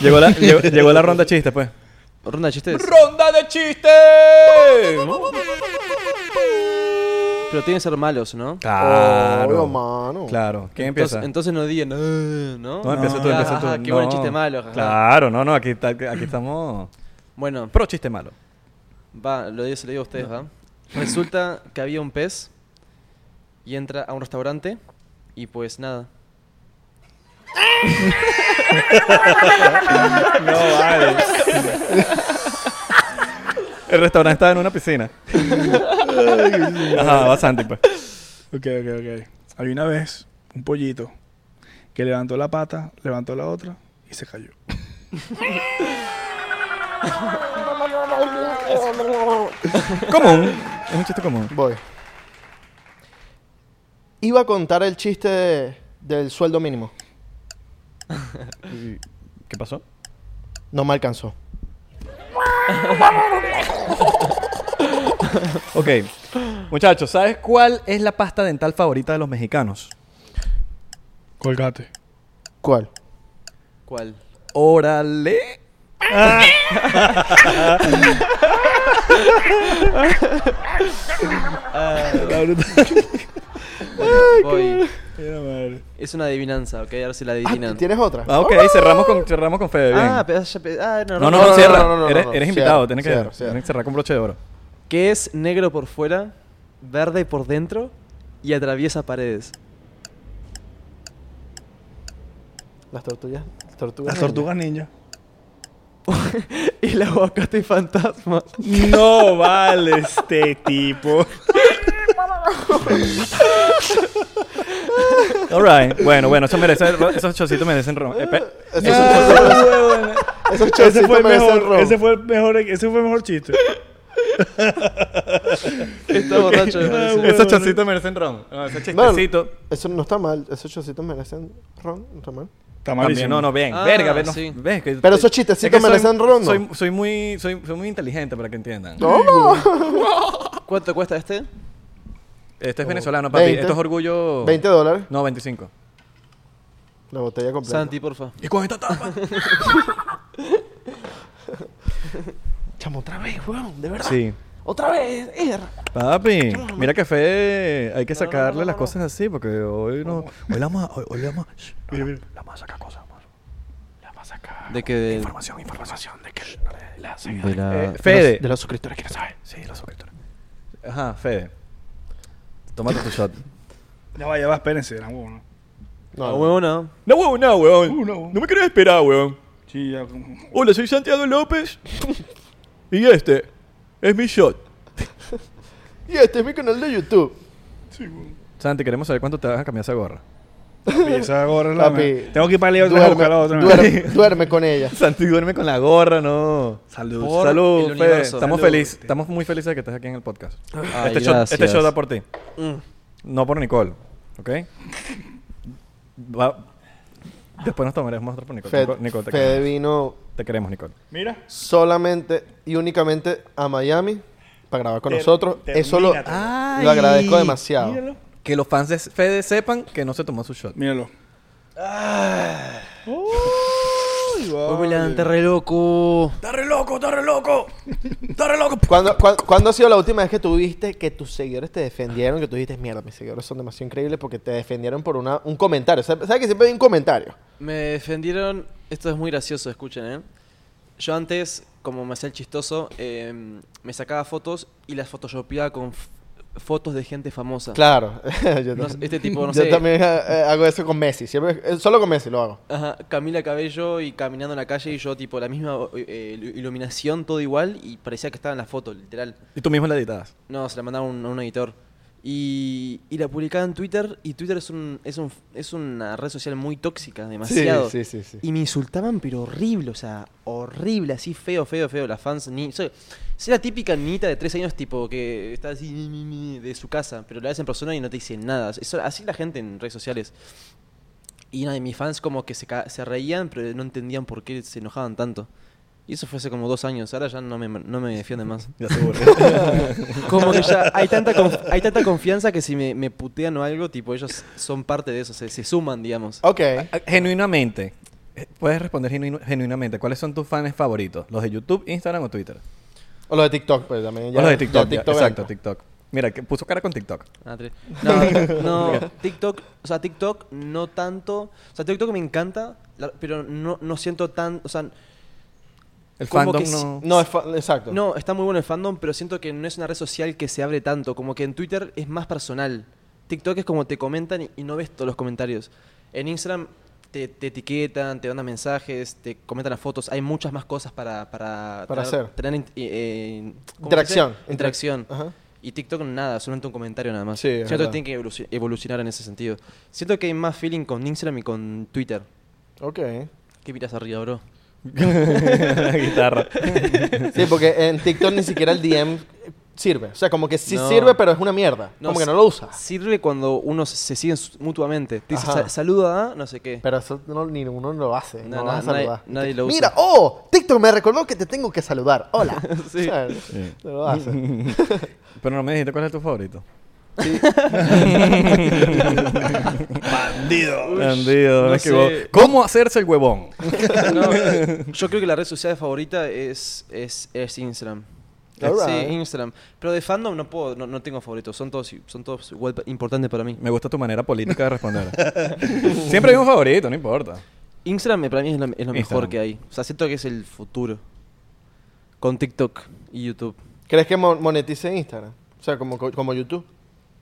A: llegó, la, llegó, llegó la ronda chiste, pues.
C: Ronda de chistes.
A: ¡Ronda de chistes!
C: Pero tienen que ser malos, ¿no?
B: Obvio,
A: Claro,
B: mano.
A: claro. ¿Quién
C: Entonces,
A: empieza?
C: entonces no digan, "Ah", ¿no?
A: no, empieza tú,
C: Ah,
A: empieza tú.
C: ah, Qué
A: No.
C: buen chiste malo. ajá.
A: Claro, no, no, aquí, está- aquí estamos...
C: Bueno,
A: Pro chiste malo.
C: va, lo digo, se lo digo a ustedes, ¿va? Resulta que había un pez y entra a un restaurante y pues nada.
A: No, vale. El restaurante estaba en una piscina. Ajá, va Santi, pues.
D: Ok, ok, ok. Había una vez un pollito que levantó la pata, levantó la otra y se cayó.
A: Común. Es un chiste común.
B: Voy. Iba a contar el chiste de- del sueldo mínimo.
A: ¿Y ¿Qué pasó?
B: No me alcanzó.
A: Ok. Muchachos, ¿sabes cuál es la pasta dental favorita de los mexicanos?
D: Colgate.
B: ¿Cuál?
C: ¿Cuál?
A: Órale.
C: Ah, Voy.
D: Mira, madre.
C: Es una adivinanza, ok, ahora sí la
B: Ah,
C: adivinan.
B: ¿Tienes otra?
A: Ah, ok, cerramos con, cerramos con Fede. Bien.
C: Ah, pero ya pe- ah, no,
A: no, no,
B: no,
A: no,
B: no,
A: cierra.
B: no, no, no,
A: eres
B: no,
A: eres
B: no.
A: invitado,
B: Cierra,
A: tienes,
B: cierra,
A: que,
B: cierra.
A: tienes que cerrar con broche de oro.
C: Que es negro por fuera, verde por dentro y atraviesa paredes.
B: Las tortugas. Las tortugas.
D: Las tortugas ninja.
C: y el aguacate fantasma.
D: No vale este tipo.
A: Alright. Bueno, bueno, eso merece, esos chocitos merecen ron. Eh, pe-
B: Esos,
D: Ah,
B: esos
D: Ese
B: chocitos
D: fue el
B: merecen ron.
D: mejor, ese fue el mejor, ese fue el mejor chiste.
C: Está borracho. me parece.
D: bueno.
A: Esos chocitos merecen ron. Ah, No, esos
B: Bueno,
A: chistecitos.
B: eso no está mal. Esos chocitos merecen ron. No está mal.
D: Está
A: También, no, no, bien.
C: Ah,
A: Verga, ven, no,
C: sí.
A: ves que-
B: Pero esos
A: es
B: chistecitos
A: soy-
B: merecen ron, ¿no?
A: Soy, soy muy, soy, soy muy inteligente para que entiendan.
B: ¿Cómo?
C: ¿Cuánto cuesta este?
A: Esto Este es venezolano, papi.
B: 20.
A: Esto es orgullo.
B: 20 dólares.
A: No, 25.
B: La botella completa.
C: Santi, porfa.
A: ¿Y con esta tapa?
B: Chamo, otra vez, weón. De verdad.
A: sí.
B: Otra vez. Er.
A: Papi, mira que fe. Hay que sacarle las cosas así porque hoy no. Hoy la vamos a. Hoy, hoy le vamos a. shh, no,
D: Mira, mira.
A: le vamos a sacar cosas, amor. Le vamos a sacar.
C: De que de,
A: Información, información. De que. La
C: de la.
A: Eh, Fede.
B: De los suscriptores que no saben.
A: Sí, los suscriptores. Ajá, Fede. Tómate tu shot.
D: Ya va, ya va, espérense, era uno.
C: Ah, huevo no.
A: No, huevón, no, huevón.
D: Uh, no.
A: No me querés esperar, huevón.
D: Sí, ya como-
A: Hola, soy Santiago López. y este es mi shot.
B: Y este es mi canal de YouTube.
A: Santi, queremos saber cuánto te vas a cambiar esa gorra.
D: Papi, esa gorra es la
B: Papi,
D: mejor. Tengo que ir para Leo otra vez a
B: duerme,
D: buscar la otra.
B: duerme, duerme con ella.
A: Santi duerme con la gorra, no.
D: Salud.
C: Por
A: Salud,
C: el
A: Fede.
C: universo.
A: Estamos
D: Salud.
A: felices. Estamos muy felices de que estés aquí en el podcast.
C: Ay,
A: este, shot, este
C: gracias.
A: shot da por ti.
C: Mm.
A: No por Nicole. ¿Ok? Va- Después nos tomaremos otro por Nicole.
B: Fed,
A: Nicole, Nicole, te,
B: Fede
A: queremos.
B: vino
A: Te queremos, Nicole.
D: Mira.
B: solamente y únicamente a Miami para grabar con
D: Ter-
B: nosotros. Eso lo,
D: termínate.
B: lo agradezco demasiado.
D: Míralo.
A: Que los fans de Fede sepan que no se tomó su shot.
D: Míralo.
C: Hoy me levanté re loco.
A: ¡Darre loco! ¡Darre loco! ¡Darre loco!
B: ¿Cuándo, cuá- cuándo ha sido la última vez que tuviste que tus seguidores te defendieron? Que tú dijiste, mierda, mis seguidores son demasiado increíbles porque te defendieron por una, un comentario. ¿Sabes sabes que siempre hay un comentario?
C: Me defendieron. Esto es muy gracioso, escuchen, ¿eh? Yo antes, como me hacía el chistoso, eh, me sacaba fotos y las photoshopeaba con f- fotos de gente famosa.
B: Claro. yo,
C: No
B: tam-
C: sé, este tipo, no
B: yo
C: sé.
B: también eh, hago eso con Messi. Siempre, eh, solo con Messi lo hago.
C: Ajá, Camila Cabello y caminando en la calle y yo, tipo, la misma eh, ilu- iluminación, todo igual, y parecía que estaba en la foto, literal.
A: Y tú mismo la editabas.
C: No, se la mandaba a un, a un editor. Y, y la publicaba en Twitter, y Twitter es, un, es, un, es una red social muy tóxica, demasiado.
B: Sí, sí, sí. sí.
C: Y me insultaban, pero horrible, o sea, horrible, así feo, feo, feo. Las fans, ni. Soy, soy la típica niñita de tres años, tipo, que está así ni, ni, ni, de su casa, pero la ves en persona y no te dicen nada. Eso, así la gente en redes sociales. Y nada, y mis fans como que se, ca- se reían, pero no entendían por qué se enojaban tanto. Y eso fue hace como dos años, ahora ya no me, no me defienden más.
A: Ya se borró.
C: Como que ya hay tanta, conf- hay tanta confianza que si me, me putean o algo, tipo, ellos son parte de eso, se, se suman, digamos.
B: Ok.
A: Ah, Genuinamente. eh, Puedes responder genuino- genuinamente. ¿Cuáles son tus fans favoritos? ¿Los de YouTube, Instagram o Twitter?
B: O lo de TikTok, pues también. ya-
A: o los de
B: ya
A: TikTok. ya,
B: TikTok
A: exacto,
B: entra.
A: TikTok. Mira, que puso cara con TikTok.
C: Ah, tres. No, no, TikTok, o sea, TikTok no tanto. O sea, TikTok me encanta, la- pero no, no siento tan. O sea,
A: El
C: Como
A: fandom
C: que
A: no...
B: No, es fa- exacto.
C: no, está muy bueno el fandom, pero siento que no es una red social que se abre tanto. Como que en Twitter es más personal. TikTok es como te comentan y, y no ves todos los comentarios. En Instagram te, te etiquetan, te mandan mensajes, te comentan las fotos. Hay muchas más cosas para, para,
B: Para
C: tener-
B: hacer.
C: tener in- eh, eh, ¿cómo se dice?
B: Interacción.
C: Interacción.
B: Ajá.
C: Y TikTok nada, solamente un comentario nada más.
B: Sí, es verdad.
C: Siento que tiene que evoluci- evolucionar en ese sentido. Siento que hay más feeling con Instagram y con Twitter.
B: Ok.
C: ¿Qué miras arriba, bro?
A: La guitarra.
B: Sí, porque en TikTok ni siquiera el DM sirve. O sea, como que sí
C: No.
B: sirve, pero es una mierda.
C: No,
B: como que
C: sí.
B: no lo usas.
C: Sirve cuando uno se- se sigue su- mutuamente. Te dice,
B: Ajá.
C: "Sa- saluda a no sé qué.
B: Pero eso no, ni uno lo hace. No,
C: No, no,
B: vas a
C: nadie-
B: saludar.
C: nadie lo usa.
B: Mira, oh, TikTok me recordó que te tengo que saludar. Hola.
C: Sí.
B: O sea, No lo hace.
A: Pero no me dijiste cuál es tu favorito.
D: Bandido.
A: Bandido,
C: no
A: me equivoco.
C: sé.
A: ¿Cómo hacerse el huevón?
C: No, yo creo que la red social favorita es, es, es Instagram.
B: Alright.
C: Sí, Instagram. Pero de fandom no puedo, no, no tengo favoritos. Son todos, son todos igual pa- importantes para mí.
A: Me gusta tu manera política de responder. Siempre hay un favorito, no importa.
C: Instagram eh, para mí es lo, es lo mejor
A: Instagram.
C: que hay. O sea, siento que es el futuro. Con TikTok y YouTube.
B: ¿Crees que mo- monetice Instagram? O sea, como, como YouTube,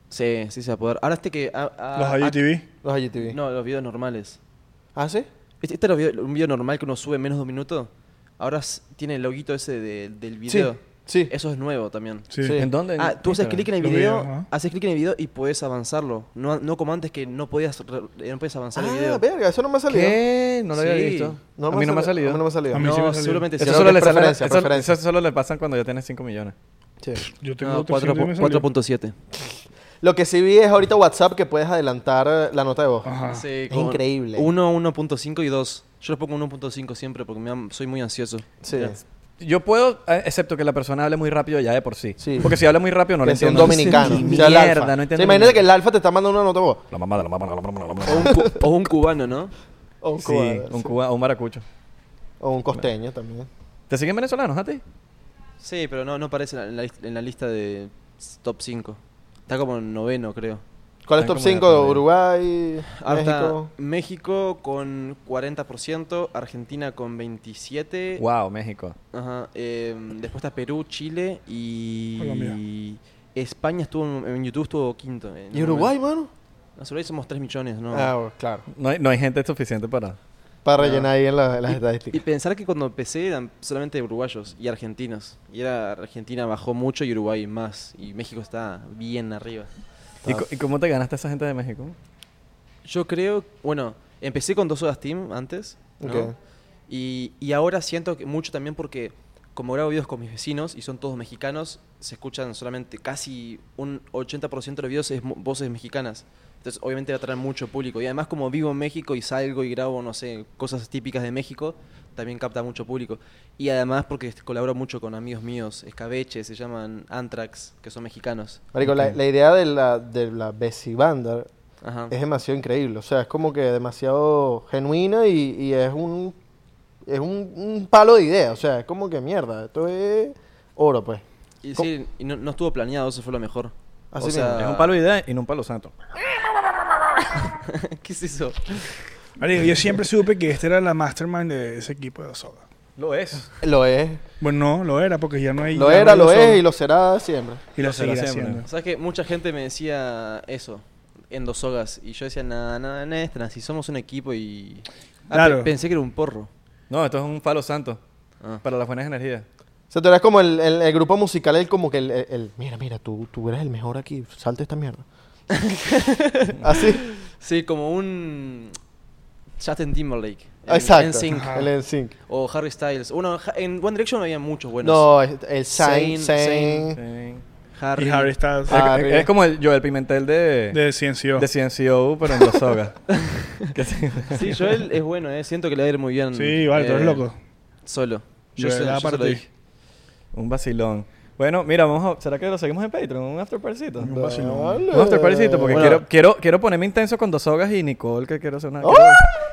C: Sí, sí se va a poder. Ahora este que... ah, ah,
D: Los
C: ah,
D: IGTV.
B: los IGTV.
C: No, los videos normales.
B: ¿Ah, sí?
C: Este, este era video- un video normal que uno sube en menos de un minuto. Ahora s- tiene el loguito ese de- del video.
B: Sí.
C: Eso es nuevo también.
D: Sí.
B: Sí.
A: ¿En dónde?
C: Ah, tú haces
A: Instagram.
C: clic en el
D: Los
C: video,
D: videos, ajá.
C: haces clic en el video y puedes avanzarlo. No, no como antes que no podías, re- eh, no podías avanzar el
B: Ah,
C: video.
B: verga, eso no me ha salido.
A: ¿Qué? No lo había
C: Sí.
A: visto.
B: No
A: a mí no me ha salido.
B: A mí no me ha salido.
D: A mí sí me
C: No,
D: salió.
C: seguramente sí.
A: Eso
B: Creo
A: solo,
B: que
A: le
B: es
A: sale-
B: preferencia,
A: eso-
B: preferencia.
A: eso solo le pasan cuando ya tienes 5 millones.
B: Sí.
D: Yo tengo
C: No,
D: otro
C: Ah, cuatro
D: sí,
C: po-
D: me salió.
C: 4.7.
B: Lo que sí vi es ahorita WhatsApp que puedes adelantar eh, la nota de voz.
D: Ajá.
C: Sí,
B: Es increíble.
C: 1, 1.5 y 2. Yo les pongo 1.5 siempre porque me am- soy muy ansioso.
B: Sí.
A: Yo puedo, eh, excepto que la persona hable muy rápido ya de por sí.
B: Sí.
A: Porque si habla muy rápido no lo
B: que sea un
A: entiendo.
B: dominicano.
A: Sí,
B: sea el
A: mierda,
B: alfa.
A: no
B: O sea,
A: entiendo.
B: imagínate que el alfa te está mandando una nota de voz.
A: La mamada, la mamada, la mamada, la
C: O un,
A: mamada.
C: cu- o un cubano, ¿no?
B: O un
A: Sí,
B: cubano,
A: un
B: sí.
A: cuba, un maracucho.
B: O un costeño también.
A: ¿Te siguen venezolanos a ti?
C: Sí, pero no, no aparece en la, en la lista de top 5. Está como en noveno, creo.
B: ¿Cuál es
A: Están
B: top
A: como en
B: 5
A: la
B: de
A: pandemia.
B: Uruguay,
C: Ahora está
B: México?
C: México con 40%, Argentina con 27%.
A: Wow, México.
C: Ajá, em, después está Perú, Chile y...
D: Colombia.
C: España estuvo en, en YouTube estuvo quinto. en
B: ¿Y
C: un
B: Uruguay,
C: momento.
B: mano?
C: No, Uruguay somos 3 millones, ¿no?
B: Ah, bueno, claro.
A: No hay, no hay gente suficiente para.
B: Para rellenar ahí en, la- en las
C: Y
B: estadísticas.
C: pensar que cuando empecé eran solamente uruguayos y argentinos. Y era Argentina bajó mucho y Uruguay más. Y México está bien arriba.
A: ¿Y, co- y cómo te ganaste a esa gente de México?
C: Yo creo, bueno, empecé con dos Soda Steam antes, ¿no?
B: Ok.
C: Y, y ahora siento que mucho también porque como grabo videos con mis vecinos y son todos mexicanos, se escuchan solamente casi un 80% de los videos es mo- voces mexicanas. Entonces obviamente va a atraer mucho público. Y además como vivo en México y salgo y grabo, no sé, cosas típicas de México, también capta mucho público. Y además porque este, colaboro mucho con amigos míos, escabeche, se llaman Antrax, que son mexicanos.
B: Marico, la,
A: Ok.
B: la idea de la, de la Bessie Banda
C: Ajá.
B: es demasiado increíble. O sea, es como que demasiado genuina y, y es un es un, un palo de idea. O sea, es como que mierda. Esto es oro, pues.
C: Y
B: ¿Cómo?
C: sí, y no, no estuvo planeado, eso fue lo mejor.
B: Así
C: O sea,
B: mismo.
A: Es un palo de idea y no un palo santo.
C: ¿Qué es eso?
D: Marico, yo siempre supe que esta era la mastermind de ese equipo de Soda.
A: Lo es.
B: Lo es.
D: Bueno, no, lo era, porque ya no hay.
B: Lo
D: ya no
B: era,
D: hay
B: lo
D: Soda.
B: es y lo será siempre.
D: Y lo
A: Lo será
D: seguirá
A: siempre.
D: haciendo.
C: ¿Sabes que mucha gente me decía eso? En dos sogas. Y yo decía, nada, nada, nada, esta, si somos un equipo y. Ah,
D: Claro.
C: pe- pensé que era un porro.
A: No, esto es un palo santo.
C: Ah.
A: Para las buenas energías.
B: O sea, tú eres como el, el- el grupo musical, el como que el, el- el, mira, mira, tú, tú eres el mejor aquí, salte esta mierda. Así.
C: Sí, como un. Justin Timberlake. En-
B: Exacto.
C: en Sync.
B: El NSYNC.
C: O Harry Styles. Uno, ja- en One Direction había muchos buenos.
B: No, es- el Saint,
C: Saint,
B: Saint.
A: Sí.
C: Harry.
D: Y Harry Styles
B: Ah,
A: Es-
B: bien.
A: es como el Joel Pimentel de, de,
D: de Ciencio.
A: CNCO, pero en dos sogas. Que sí.
C: Sí, Joel es bueno, eh. Siento que le va a ir muy bien.
D: Sí, vale, tú eres
C: eh,
D: loco.
C: Solo. Yo,
D: De
C: se-
D: verdad,
C: yo se lo
D: para ti.
C: dije.
A: un vacilón. Bueno, mira, vamos a- ¿será que lo seguimos en Patreon? ¿Un after partycito?
D: Un vacilón.
B: Dale.
A: Un after partycito, porque
C: Bueno.
A: quiero, quiero, quiero ponerme intenso con dos sogas y Nicole, que quiero hacer una...
B: ¡Oh!
A: quiero-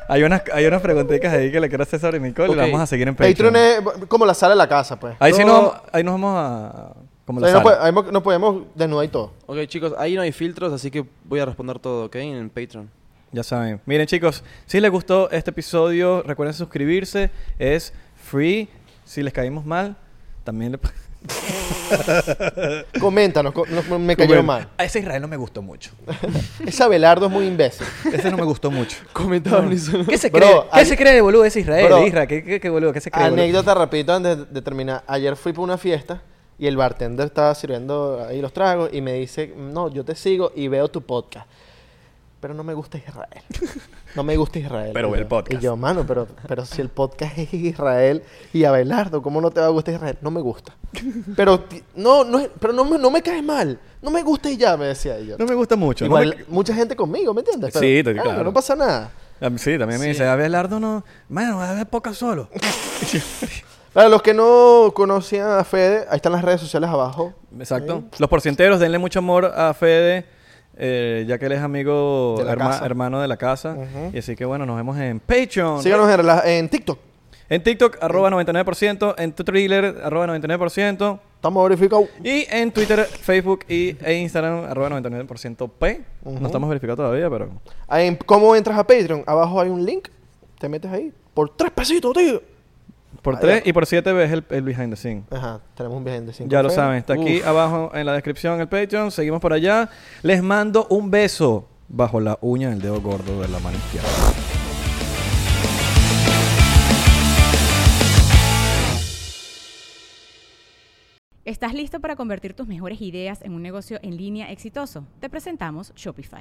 A: hay, unas, hay unas preguntitas ahí que le quiero hacer sobre Nicole
C: Ok.
A: y la vamos a seguir en Patreon.
B: Patreon es como la sala de la casa, pues.
A: Ahí sí
B: Todo-
A: nos, ahí nos vamos a... Como
B: o
A: la
B: sea, ahí no,
A: sala.
B: puede- ahí mo- no podemos desnudar y todo.
C: Ok, chicos, ahí no hay filtros, así que voy a responder todo, ¿ok? En Patreon.
A: Ya saben. Miren, chicos, si les gustó este episodio, recuerden suscribirse. Es free. Si les caímos mal, también le...
B: Coméntanos, co- no- me cayó mal.
A: A ese Israel no me gustó mucho.
B: Ese Abelardo es muy imbécil.
A: Ese no me gustó mucho.
C: Comentaban eso.
A: ¿Qué se
B: Bro,
A: cree? ¿Qué
B: ayer-
A: se cree de boludo ese Israel?
B: Bro,
A: Isra, ¿qué, qué, qué boludo? ¿Qué se cree? boludo?
B: Anécdota rapidito antes de- de terminar. Ayer fui para una fiesta y el bartender estaba sirviendo ahí los tragos y me dice, no, yo te sigo y veo tu podcast. Pero no me gusta Israel. No me gusta Israel.
A: Pero
B: Y
A: ve el
B: yo-
A: podcast.
B: Y yo, mano, pero, pero si el podcast es Israel y Abelardo, ¿cómo no te va a gustar Israel? No me gusta. Pero ti- no, no, es- pero no, me- no me caes mal. No me gusta y ya, me decía yo.
A: No me gusta mucho. no
B: Igual, mucha gente conmigo, ¿me entiendes? Pero,
A: Sí, te-
B: ah,
A: claro.
B: No pasa nada.
A: me- A mí Sí, también me dice, Abelardo no... Mano, a poca solo.
B: Para los que no conocían a Fede, ahí están las redes sociales abajo.
A: Exacto. Los porcienteros, denle mucho amor a Fede, eh, ya que él es amigo,
B: De la
A: herma-
B: casa.
A: hermano de la casa.
B: Ujú.
A: Y así que, bueno, nos vemos en Patreon.
B: Síganos en, la- en TikTok.
A: En TikTok, arroba 99%. En Twitter, arroba 99%.
B: Estamos verificados.
A: Y en Twitter, Facebook y, e Instagram, arroba 99% P.
B: Ujú.
A: No estamos verificados todavía, pero...
B: Ah, en- ¿Cómo entras a Patreon? Abajo hay un link. Te metes ahí. Por tres pesitos, tío.
A: Por
B: Ahí
A: 3
B: va.
A: y por 7 ves el, el behind the scene.
B: Ajá, tenemos un viaje de cinco.
A: Ya lo
B: Fede.
A: saben, está aquí
C: Uf.
A: abajo en la descripción el Patreon. Seguimos por allá. Les mando un beso bajo la uña del dedo gordo de la mano izquierda.
E: ¿Estás listo para convertir tus mejores ideas en un negocio en línea exitoso? Te presentamos Shopify.